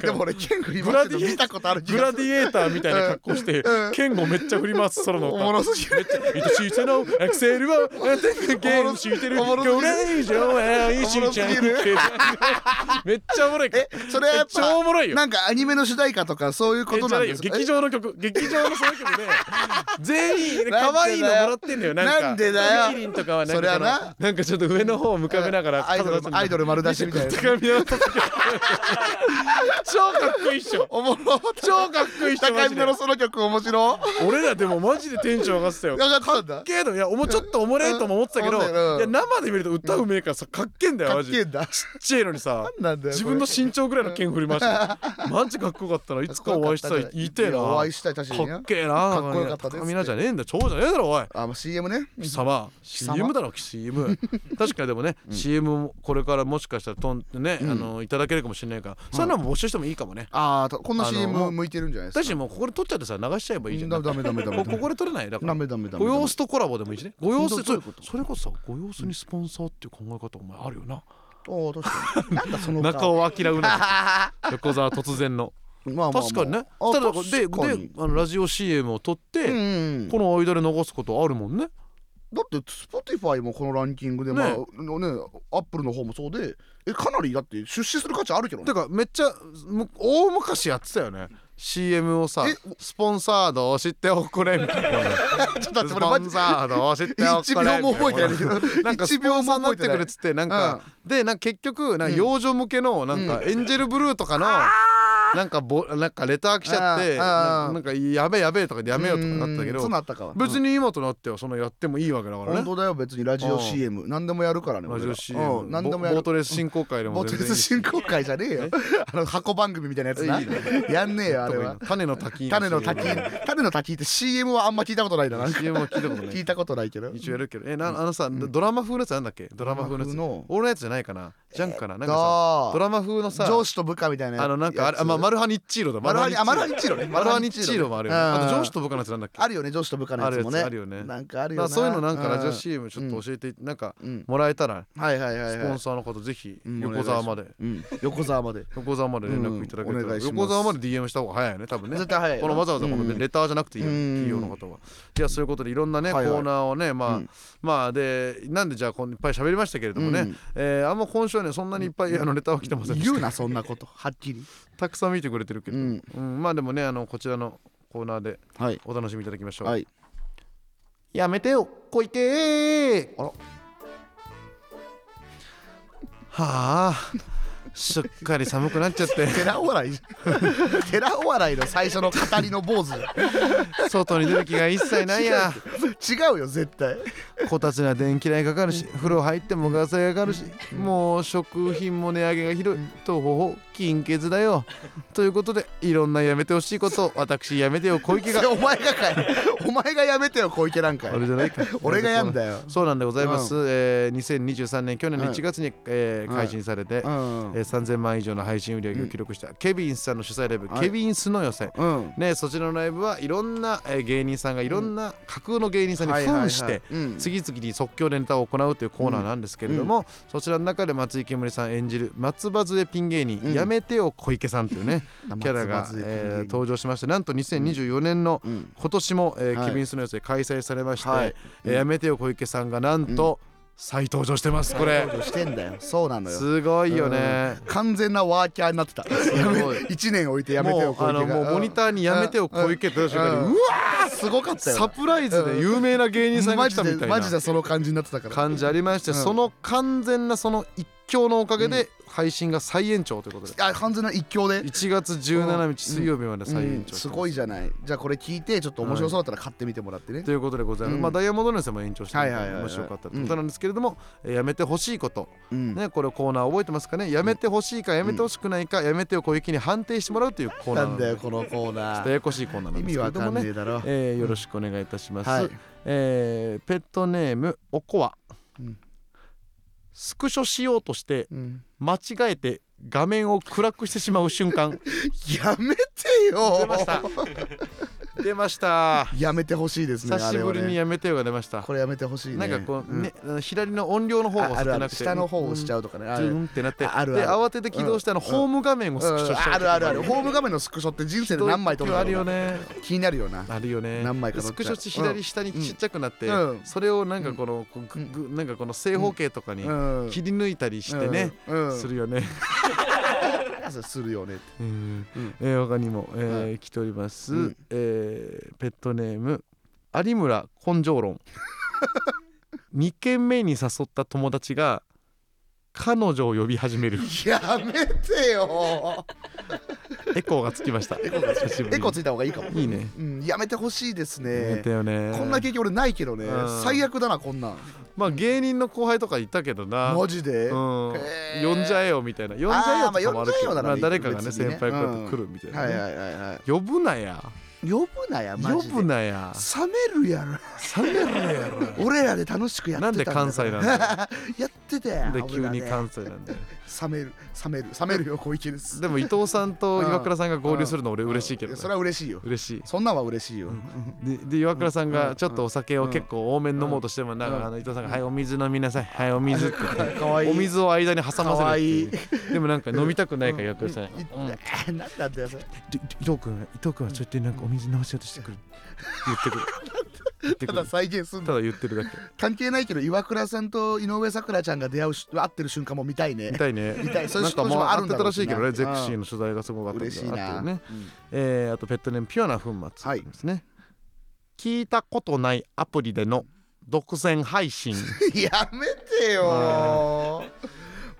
Speaker 2: でも俺剣振り回してるの見たことある気
Speaker 1: グ
Speaker 2: が
Speaker 1: ラ
Speaker 2: す
Speaker 1: デ
Speaker 2: る
Speaker 1: ィエーターみたいな格好して
Speaker 2: うん
Speaker 1: 剣をめっちゃ振り回すソロの
Speaker 2: お
Speaker 1: 歌
Speaker 2: もろすぎる
Speaker 1: 愛しさのアクセルはゲームしてる
Speaker 2: おもろすぎる
Speaker 1: これ以上愛しちゃうけどめっちゃおもろいから
Speaker 2: えそれはやっ
Speaker 1: 超お
Speaker 2: ぱ
Speaker 1: もろいよ
Speaker 2: なんかアニメの主題歌とかそういうこ
Speaker 1: えじ
Speaker 2: と
Speaker 1: ゃ
Speaker 2: な
Speaker 1: なんい
Speaker 2: で
Speaker 1: よ
Speaker 2: す
Speaker 1: 劇場の曲劇場のその 曲で全員可愛いのもらってんのよなんか
Speaker 2: なんでだよ
Speaker 1: リキリンとかはなんか
Speaker 2: そりゃな
Speaker 1: このなんかちょっと上の方を向かめながら
Speaker 2: アイドルアイドル丸出しみたいな
Speaker 1: 手紙を届けて 超かっこいいっしょ
Speaker 2: おもろ
Speaker 1: 超かっこいいっしょマ
Speaker 2: 高
Speaker 1: ジ
Speaker 2: 見
Speaker 1: で
Speaker 2: のその曲面白
Speaker 1: 俺らでもマジでテンション上がってたよ
Speaker 2: 上がったんだ
Speaker 1: けどいやおもちょっとおもれえとも思ってたけど、
Speaker 2: うんうん
Speaker 1: いや生で見ると歌うめえからさかっけえんだよ
Speaker 2: か
Speaker 1: マ
Speaker 2: っ
Speaker 1: ジで
Speaker 2: けえ
Speaker 1: ちっ
Speaker 2: んだ
Speaker 1: ちゃいのにさ
Speaker 2: なんだよ
Speaker 1: 自分の身長ぐらいの剣振りました マジかっこよかったないつかお会いしたい言いてえな
Speaker 2: お会いしたい確かに
Speaker 1: か
Speaker 2: な
Speaker 1: っけえな
Speaker 2: かっこよかったです
Speaker 1: 高見なじゃねえんだ超じゃねえだろおい
Speaker 2: あもう CM ね
Speaker 1: 貴様 CM だろ CM 確かにでもね CM もこれからもしかしたらとんねあのいただけるかもしれないからそんなのも募集してもいいかもね
Speaker 2: ああとこんな
Speaker 1: あの
Speaker 2: CM 向いてるんじゃないですか
Speaker 1: 私もうここで撮っちゃってさ流しちゃえばいいじゃん
Speaker 2: ダメダメダメダメ
Speaker 1: こここで撮れないだから
Speaker 2: ダメダメダメ
Speaker 1: ご様子とコラボでもいいしねご様
Speaker 2: ど
Speaker 1: 子
Speaker 2: どうい
Speaker 1: そう
Speaker 2: こと
Speaker 1: それこそさご様子にスポンサーっていう考え方お前あるよな
Speaker 2: おお確かになんだその
Speaker 1: 中尾明うな ぎ横澤突然の
Speaker 2: まあまあまあ
Speaker 1: 確かにね
Speaker 2: あ
Speaker 1: ただ
Speaker 2: 確
Speaker 1: でで
Speaker 2: かに
Speaker 1: あのラジオ CM を撮っ
Speaker 2: うん
Speaker 1: て
Speaker 2: うん
Speaker 1: この間で流すことあるもんね
Speaker 2: だって Spotify もこのランキングでまあね
Speaker 1: ね
Speaker 2: アップルの方もそうでえかなりだって出資する価値あるけどね
Speaker 1: てかめっちゃむ大昔やってたよね CM をさ
Speaker 2: え
Speaker 1: スポンサードを知っておくれみ たいな
Speaker 2: ちょっと待って
Speaker 1: ス
Speaker 2: 俺
Speaker 1: ポ
Speaker 2: マジ
Speaker 1: ンサードを知っておくれ
Speaker 2: 一秒も覚えてないけど
Speaker 1: なんか
Speaker 2: 一
Speaker 1: スポ
Speaker 2: 秒
Speaker 1: ンサー
Speaker 2: も
Speaker 1: になっ
Speaker 2: 覚え
Speaker 1: て
Speaker 2: てな
Speaker 1: く
Speaker 2: い
Speaker 1: れっつってなんか、でなんか結局なんか幼女向けのなんかエンジェルブルーとかの、なんかぼなんかレター来ちゃって
Speaker 2: あーあー
Speaker 1: なんかやべえやべえとかでやめようとかなってたけ
Speaker 2: うんそ
Speaker 1: ど
Speaker 2: うなったかは
Speaker 1: 別に今となってはそのやってもいいわけだから
Speaker 2: 本
Speaker 1: ね
Speaker 2: 当だよ別にラジオ CM 何でもやるからね
Speaker 1: ラジオ
Speaker 2: 俺ら
Speaker 1: CM
Speaker 2: うん
Speaker 1: ボ
Speaker 2: 何でも
Speaker 1: ボ
Speaker 2: やる
Speaker 1: ートレース振興会で
Speaker 2: ボ
Speaker 1: も
Speaker 2: ート
Speaker 1: 全
Speaker 2: レ
Speaker 1: 然い
Speaker 2: ス
Speaker 1: いし
Speaker 2: 振興会じゃねえよあの箱番組みたいなやつない
Speaker 1: い
Speaker 2: やんねえよあれ
Speaker 1: 特
Speaker 2: は
Speaker 1: に種の滝
Speaker 2: 種の滝種の滝って CM はあんま聞いたことないななんか
Speaker 1: CM は聞いたことない
Speaker 2: 聞いたことないけど
Speaker 1: 一応やるけどえなあのさ、ドラマ風のやつなんだっけドラマ風のやつ
Speaker 2: ドラマ風の
Speaker 1: 俺のやつじゃないかなジャンクかななんかさド
Speaker 2: あ
Speaker 1: ラマ風のさ
Speaker 2: あ上司と部下みたいな
Speaker 1: あのなんかあれあまあマルハニッチーロだ
Speaker 2: マルハニあマルハ
Speaker 1: ニ
Speaker 2: ニチロね
Speaker 1: マルハニッチーロもあるよね
Speaker 2: うん
Speaker 1: あと上司と僕のやつなんだっけ
Speaker 2: あるよね上司と部下のやつもね
Speaker 1: あるやつあるよね
Speaker 2: なんかある
Speaker 1: だ
Speaker 2: よ
Speaker 1: からそ
Speaker 2: な
Speaker 1: ういうのなんかラジオ
Speaker 2: ム
Speaker 1: CM ちょっと教えてなんか
Speaker 2: うん
Speaker 1: もらえたら
Speaker 2: はいはいはい
Speaker 1: スポ
Speaker 2: は
Speaker 1: ン
Speaker 2: い
Speaker 1: サーの方ぜひ
Speaker 2: うん
Speaker 1: 横澤まで
Speaker 2: うん横 沢まで
Speaker 1: 横澤まで連絡いただけた
Speaker 2: うんお
Speaker 1: ら
Speaker 2: 願いします
Speaker 1: 横澤まで DM した方が早いよね多分ね
Speaker 2: 絶対早いよ
Speaker 1: このわざわざこの
Speaker 2: うん
Speaker 1: レターじゃなくていいよね
Speaker 2: うん
Speaker 1: 企業の方は。いやそういうことでいろんなねコ
Speaker 2: はいはい
Speaker 1: ーナーをねま
Speaker 2: う
Speaker 1: あ
Speaker 2: ん
Speaker 1: まあでなんでじゃあこんいっぱい喋りましたけれども
Speaker 2: う
Speaker 1: ね
Speaker 2: ん
Speaker 1: えーあんま今週はねそんなにいっぱいあのレターは来てませんで
Speaker 2: 言
Speaker 1: した
Speaker 2: うなそんなことはっきり
Speaker 1: たくさん見てくれてるけ
Speaker 2: う
Speaker 1: ど
Speaker 2: ん
Speaker 1: うんまあでもねあのこちらのコーナーで
Speaker 2: はい
Speaker 1: お楽しみいただきましょう。
Speaker 2: はい
Speaker 1: やめてよ小池あらはあすっかり寒くなっちゃって
Speaker 2: 寺お笑い 寺お笑いの最初の語りの坊主
Speaker 1: 外に出る気が一切ないや
Speaker 2: 違うよ絶対
Speaker 1: こたつには電気代かかるし風呂入ってもガス代かかるしもう食品も値上げがひどいとほほ金欠だよということでいろんなやめてほしいことを私やめてよ小池 が
Speaker 2: お前がかいお前がやめてよ小池なんかい
Speaker 1: あれじゃないか
Speaker 2: 俺がやんだよ
Speaker 1: そうなんでございます、
Speaker 2: う
Speaker 1: えー2023年去年の1月に、えー
Speaker 2: はい
Speaker 1: 開始されて、
Speaker 2: うん
Speaker 1: えー3000万以上の配信売り上げを記録した、ケビンスさんの主催ライブ、
Speaker 2: はい
Speaker 1: ケビンスの予選
Speaker 2: うん
Speaker 1: ねそちらのライブはいろんな、えー芸人さんがいろんな架空の芸人さんに扮して、
Speaker 2: はいはいはいうん
Speaker 1: 次々に即興でネタを行うというコーナーなんですけれども、そちらの中で松井けむりさん演じる松葉杖ピン芸人、
Speaker 2: うん
Speaker 1: やめてよ小池さんという ねキャラが、
Speaker 2: 松葉杖ピン芸人
Speaker 1: えー登場しましてなんと2024年の
Speaker 2: うん
Speaker 1: 今年も、えー
Speaker 2: はい
Speaker 1: ケビンスの予選開催されまして、
Speaker 2: はい
Speaker 1: えーやめてよ小池さんがなんと、再登場してますこれ
Speaker 2: どうしてんだよそうなのよ
Speaker 1: すごいよね。
Speaker 2: 完全なワーキャーになってた
Speaker 1: ごい
Speaker 2: 1年置いてやめてよ
Speaker 1: もう
Speaker 2: 小
Speaker 1: あ
Speaker 2: 池が
Speaker 1: のもうモニターにやめてよ
Speaker 2: うん
Speaker 1: 小池って出た瞬間に
Speaker 2: うん
Speaker 1: うわー
Speaker 2: すごかったよ
Speaker 1: サプライズで有名な芸人さんが
Speaker 2: マ
Speaker 1: 来
Speaker 2: ジ
Speaker 1: たみ
Speaker 2: で
Speaker 1: たいな
Speaker 2: マジでその感じになってたから
Speaker 1: 感じありまして、
Speaker 2: うん
Speaker 1: その完全なその一強のおかげで配信が再延長ということで、
Speaker 2: あ完全な一強で
Speaker 1: 1月17日水曜日まで再延長、
Speaker 2: うんすごいじゃないじゃあこれ聞いてちょっと面白そうだったら買ってみてもらってね、
Speaker 1: ということでございます、
Speaker 2: うん
Speaker 1: まあダイヤモンドの線も延長してるので
Speaker 2: はいはいはいはい
Speaker 1: 面白かったということなんですけれども、えーやめてほしいこと、
Speaker 2: うん
Speaker 1: ね、これコーナー覚えてますかねやめてほしいかやめてほしくないか、やめてを小雪に判定してもらうというコーナ
Speaker 2: な
Speaker 1: ーなんんで
Speaker 2: だよこのコー
Speaker 1: ちょっ
Speaker 2: ナ
Speaker 1: とや
Speaker 2: ー
Speaker 1: やこしいコーナーなん
Speaker 2: 意
Speaker 1: ですけ
Speaker 2: 味
Speaker 1: れ
Speaker 2: わ
Speaker 1: ど
Speaker 2: か
Speaker 1: も
Speaker 2: んね
Speaker 1: ね
Speaker 2: えだろ、
Speaker 1: えーよろしくお願いいたします、
Speaker 2: はい
Speaker 1: えーペットネームおこわ、
Speaker 2: うん
Speaker 1: スクショしようとして
Speaker 2: うん
Speaker 1: 間違えて画面を暗くしてしまう瞬間
Speaker 2: やめて
Speaker 1: 出ました
Speaker 2: よ
Speaker 1: 出ました
Speaker 2: やめてほしいですね
Speaker 1: 久しぶり
Speaker 2: あれは
Speaker 1: に
Speaker 2: ね
Speaker 1: やめてよが出ました
Speaker 2: これやめてほしいね
Speaker 1: なんかこう、
Speaker 2: ん
Speaker 1: ね、あの左の音量の方を
Speaker 2: あ
Speaker 1: 押
Speaker 2: あ
Speaker 1: せ
Speaker 2: る
Speaker 1: て
Speaker 2: あ
Speaker 1: なく
Speaker 2: る
Speaker 1: て
Speaker 2: 下の方を押しちゃうとかねあ
Speaker 1: ズ
Speaker 2: る
Speaker 1: ンってなって
Speaker 2: あるある
Speaker 1: で慌てて起動したの、
Speaker 2: うん
Speaker 1: ホーム画面をスクショしちゃうとか
Speaker 2: あるあるあるホーム画面のスクショって人生で何枚撮るんだ
Speaker 1: ある
Speaker 2: ろ
Speaker 1: よ
Speaker 2: うな
Speaker 1: ね
Speaker 2: 気になるよな
Speaker 1: あるよね
Speaker 2: 何枚か撮っちゃ
Speaker 1: ス
Speaker 2: う
Speaker 1: クショして左下にちっちゃくなって、
Speaker 2: うん
Speaker 1: それをなんかこの、こうぐぐなんかこの正方形とかに
Speaker 2: うん
Speaker 1: 切り抜いたりしてね、
Speaker 2: うんうん
Speaker 1: するよね、
Speaker 2: するよね
Speaker 1: うん
Speaker 2: うん
Speaker 1: えー他にも、えー来ております、
Speaker 2: うん
Speaker 1: えーペットネーム有村根性 論2軒目に誘った友達が彼女を呼び始める
Speaker 2: やめてよ
Speaker 1: エコーがつきましたエコが
Speaker 2: エコついた方がいいかも
Speaker 1: いいね
Speaker 2: うんやめてほしいです
Speaker 1: やめ
Speaker 2: ね
Speaker 1: たよね
Speaker 2: こんな経験俺ないけどね
Speaker 1: うん
Speaker 2: 最悪だなこんなん
Speaker 1: まあ芸人の後輩とかいたけどな
Speaker 2: マジで
Speaker 1: うん、
Speaker 2: へー
Speaker 1: 呼んじゃえよみたいな呼んじゃえよとかもあるけど
Speaker 2: あーまあ呼んじゃえよなら
Speaker 1: まあ、誰かがね
Speaker 2: 別
Speaker 1: 先
Speaker 2: にね
Speaker 1: 輩こうやって来るみたいな
Speaker 2: は
Speaker 1: ね、
Speaker 2: いはいはいは
Speaker 1: 呼ぶなや
Speaker 2: い呼ぶなやマ
Speaker 1: 呼
Speaker 2: ジで
Speaker 1: ぶなや
Speaker 2: 冷めるやろ
Speaker 1: 冷めろやろ
Speaker 2: 俺らで楽しくやってたんだから
Speaker 1: なんで関西なんだ
Speaker 2: やってたよ
Speaker 1: で急に
Speaker 2: 俺らね
Speaker 1: 関西なんだよ
Speaker 2: 冷める冷める冷めるよ小池です
Speaker 1: でも伊藤さんと岩倉さんが合流するの俺嬉しいけど
Speaker 2: や
Speaker 1: ね
Speaker 2: それは嬉しいよ
Speaker 1: 嬉しい
Speaker 2: そんなんは嬉しいよ
Speaker 1: でで岩倉さんがちょっとお酒を結構多めに飲もうとしてもなん
Speaker 2: うん
Speaker 1: かあの伊藤さんが「はいお水飲みなさいはいお水」って言って
Speaker 2: かわいい
Speaker 1: お水を間に挟
Speaker 2: か
Speaker 1: ま
Speaker 2: わ
Speaker 1: せ
Speaker 2: い
Speaker 1: る
Speaker 2: い
Speaker 1: っていうでもなんか飲みたくないから岩倉さん
Speaker 2: い
Speaker 1: うん
Speaker 2: えなんだったよそ
Speaker 1: で
Speaker 2: れ
Speaker 1: で伊藤君伊藤君はそうやってなんかお水飲ませようとしてくる言ってくる言って
Speaker 2: た
Speaker 1: くる
Speaker 2: だ再現すん
Speaker 1: た
Speaker 2: の
Speaker 1: だ言ってるだけ
Speaker 2: 関係ないけど岩倉さんと井上咲楽ちゃんが出会うし会ってる瞬間も見たいね
Speaker 1: 見たいね
Speaker 2: 見たいそういう
Speaker 1: なんか
Speaker 2: 人
Speaker 1: もう
Speaker 2: もあ
Speaker 1: あ
Speaker 2: る
Speaker 1: っ
Speaker 2: ん
Speaker 1: てた
Speaker 2: だろう
Speaker 1: ら
Speaker 2: し
Speaker 1: しいけど
Speaker 2: う
Speaker 1: ね
Speaker 2: ん
Speaker 1: ゼクシーの取材がすごかったんだ
Speaker 2: 嬉しい
Speaker 1: あったよ
Speaker 2: な
Speaker 1: ねえーあとペットネームピュアな粉末ですね、聞いたことないアプリでの独占配信
Speaker 2: うん やめてよ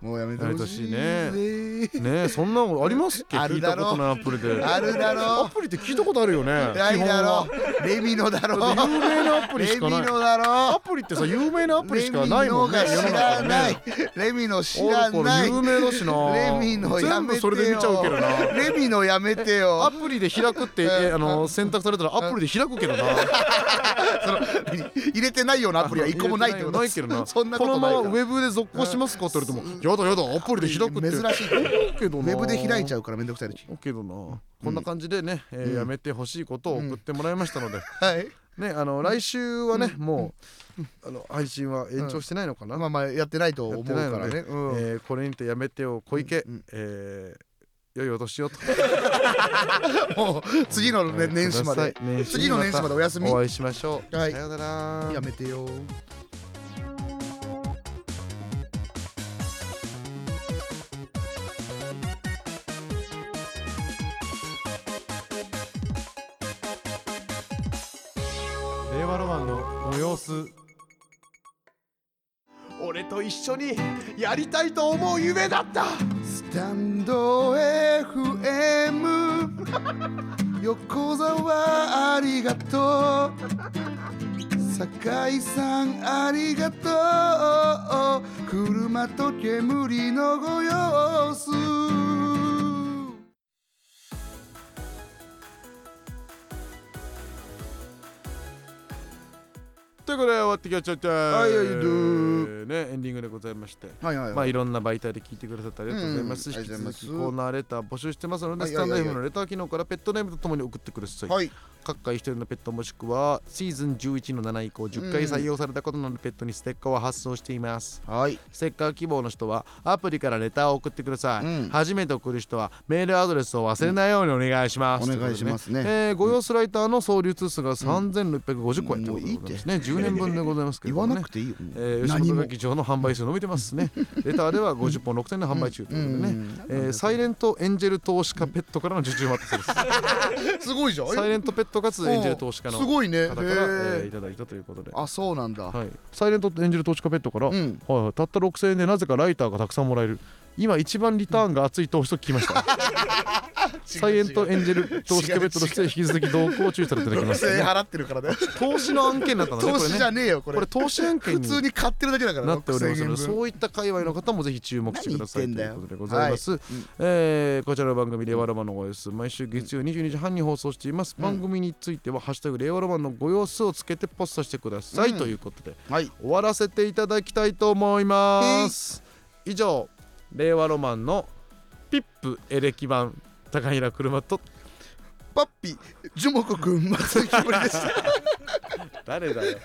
Speaker 2: もうやめてほしい
Speaker 1: やめてほ
Speaker 2: ね
Speaker 1: ねえそんなのありますっけ
Speaker 2: あ
Speaker 1: 聞
Speaker 2: る
Speaker 1: い
Speaker 2: だ
Speaker 1: た
Speaker 2: ろ
Speaker 1: ことないアプリで
Speaker 2: あるだろ
Speaker 1: アプリって聞いたことあるよね
Speaker 2: ないだろレミノだ
Speaker 1: 基
Speaker 2: ろ
Speaker 1: 本はだって有名なアプリ
Speaker 2: レ
Speaker 1: し
Speaker 2: ミ
Speaker 1: かない
Speaker 2: ノだろ
Speaker 1: アプリってさ有名なアプリしかないもんね
Speaker 2: レミノが
Speaker 1: 世の中
Speaker 2: 知らな
Speaker 1: ね
Speaker 2: い。レミノ知
Speaker 1: あ
Speaker 2: ら
Speaker 1: るから
Speaker 2: ない。
Speaker 1: 有名だしな
Speaker 2: レミノや
Speaker 1: 全
Speaker 2: めて
Speaker 1: 部
Speaker 2: よ。
Speaker 1: それで見ちゃうけどな
Speaker 2: レミノやめてよ
Speaker 1: ア。プリで開くって、えあの選択されたらアプリで開くけどな
Speaker 2: 入れてないようなアプリは一個もないってこと
Speaker 1: ないけどな
Speaker 2: そんなこ
Speaker 1: の
Speaker 2: とない
Speaker 1: ま
Speaker 2: か
Speaker 1: ま
Speaker 2: ら。
Speaker 1: ウェブで続行しますかって言われてもやだやだアプリで開くって
Speaker 2: 珍しいか
Speaker 1: い
Speaker 2: ら。
Speaker 1: けど
Speaker 2: ウ
Speaker 1: な
Speaker 2: ェブで開いちゃうからめんどくさい時。
Speaker 1: うけどな、こんな感じでね、えーやめてほしいことを送ってもらいましたので、
Speaker 2: はい。
Speaker 1: ねあの来週はね、もう、あの配信は延長してないのかな、
Speaker 2: まあまあやってないと
Speaker 1: や
Speaker 2: 思
Speaker 1: っ
Speaker 2: う
Speaker 1: て
Speaker 2: か
Speaker 1: ない
Speaker 2: ら
Speaker 1: ので、
Speaker 2: ね。うん
Speaker 1: えーこれにてやめてよ小池、
Speaker 2: うんうん
Speaker 1: えー良いお年をと
Speaker 2: もう次のね年始ま で
Speaker 1: ください年始に
Speaker 2: 次の年始までお休み
Speaker 1: お会いしましょう、
Speaker 2: はい
Speaker 1: さよなら
Speaker 2: やめてよ。
Speaker 4: 令和ロマンのご様子
Speaker 3: 俺と一緒にやりたいと思う夢だった
Speaker 2: スタンド FM 横澤ありがとう酒井さんありがとう車と煙のご様子
Speaker 1: ということで終わってきましょうじゃあ
Speaker 2: はいはいど
Speaker 1: ねエンディングでございまして
Speaker 2: はいはい
Speaker 1: まあ
Speaker 2: はい
Speaker 1: いろんな媒体で聞いてくださってありがとうございます。
Speaker 2: うん
Speaker 1: 引き
Speaker 2: ありが
Speaker 1: 続き
Speaker 2: とうございます
Speaker 1: コーナーレター募集してますので、
Speaker 2: はい
Speaker 1: スタンド
Speaker 2: はい
Speaker 1: F
Speaker 2: はい
Speaker 1: のレター機能からペットネームとともに送ってください。
Speaker 2: はい
Speaker 1: 各回一人のペットもしくはシーズン11の7以降10回採用されたことのあるペットにステッカーは発送しています。
Speaker 2: はい
Speaker 1: ステッカー希望の人はアプリからレターを送ってください、
Speaker 2: うん
Speaker 1: 初めて送る人はメールアドレスを忘れないようにお願いします、
Speaker 2: うんお願いしますね
Speaker 1: ということでえーご用スライターの総流通数が3650個やってことでございますね、12年分でございますけれ
Speaker 2: 言
Speaker 1: ど
Speaker 2: わ
Speaker 1: もね
Speaker 2: なくていいよ、
Speaker 1: えー、吉
Speaker 2: 何
Speaker 1: 本
Speaker 2: も
Speaker 1: 劇場の販売数伸びてます ねレターでは50本6点で販売中ということでね、えーサイレントエンジェル投資家ペットからの受注もあったそうです
Speaker 2: すごいじゃん
Speaker 1: サイレントペットかつエンジェル投資家の
Speaker 2: すごいねへ
Speaker 1: 方から、えー、い
Speaker 2: ー
Speaker 1: ただいたということで、は
Speaker 2: あそうなんだ
Speaker 1: い、サイレントエンジェル投資家ペットから、
Speaker 2: うん
Speaker 1: はいはい、たった6000円でなぜかライターがたくさんもらえる今一番リターンが熱い投資と聞きま したサイエン トエンジェル投資家ペットとして引き続き同行注意 されていただきます
Speaker 2: 6000円払ってるからね
Speaker 1: 投資の案件だったのね
Speaker 2: 投
Speaker 1: これ
Speaker 2: 資じ
Speaker 1: ね
Speaker 2: ゃねえよこれ
Speaker 1: これ投資案件
Speaker 2: 普
Speaker 1: に
Speaker 2: 通に買ってるだけだから
Speaker 1: なっておりますので
Speaker 2: 6000円分
Speaker 1: そういった界隈の方もぜひ注目してください
Speaker 2: 何
Speaker 1: という
Speaker 2: 言って
Speaker 1: こと
Speaker 2: んだよ
Speaker 1: でございます、えーこちらの番組「令和ロマンのご様子」毎週月曜22時半に放送しています、番組については「ハッシュタグ令和ロマンのご様子」をつけてポストしてください、
Speaker 2: うん
Speaker 1: ということで
Speaker 2: はい
Speaker 1: 終わらせていただきたいと思います以上令和ロマンのピップエレキ版高平車と
Speaker 2: パッピ樹木くん松井ひぶりでした
Speaker 1: 誰だよ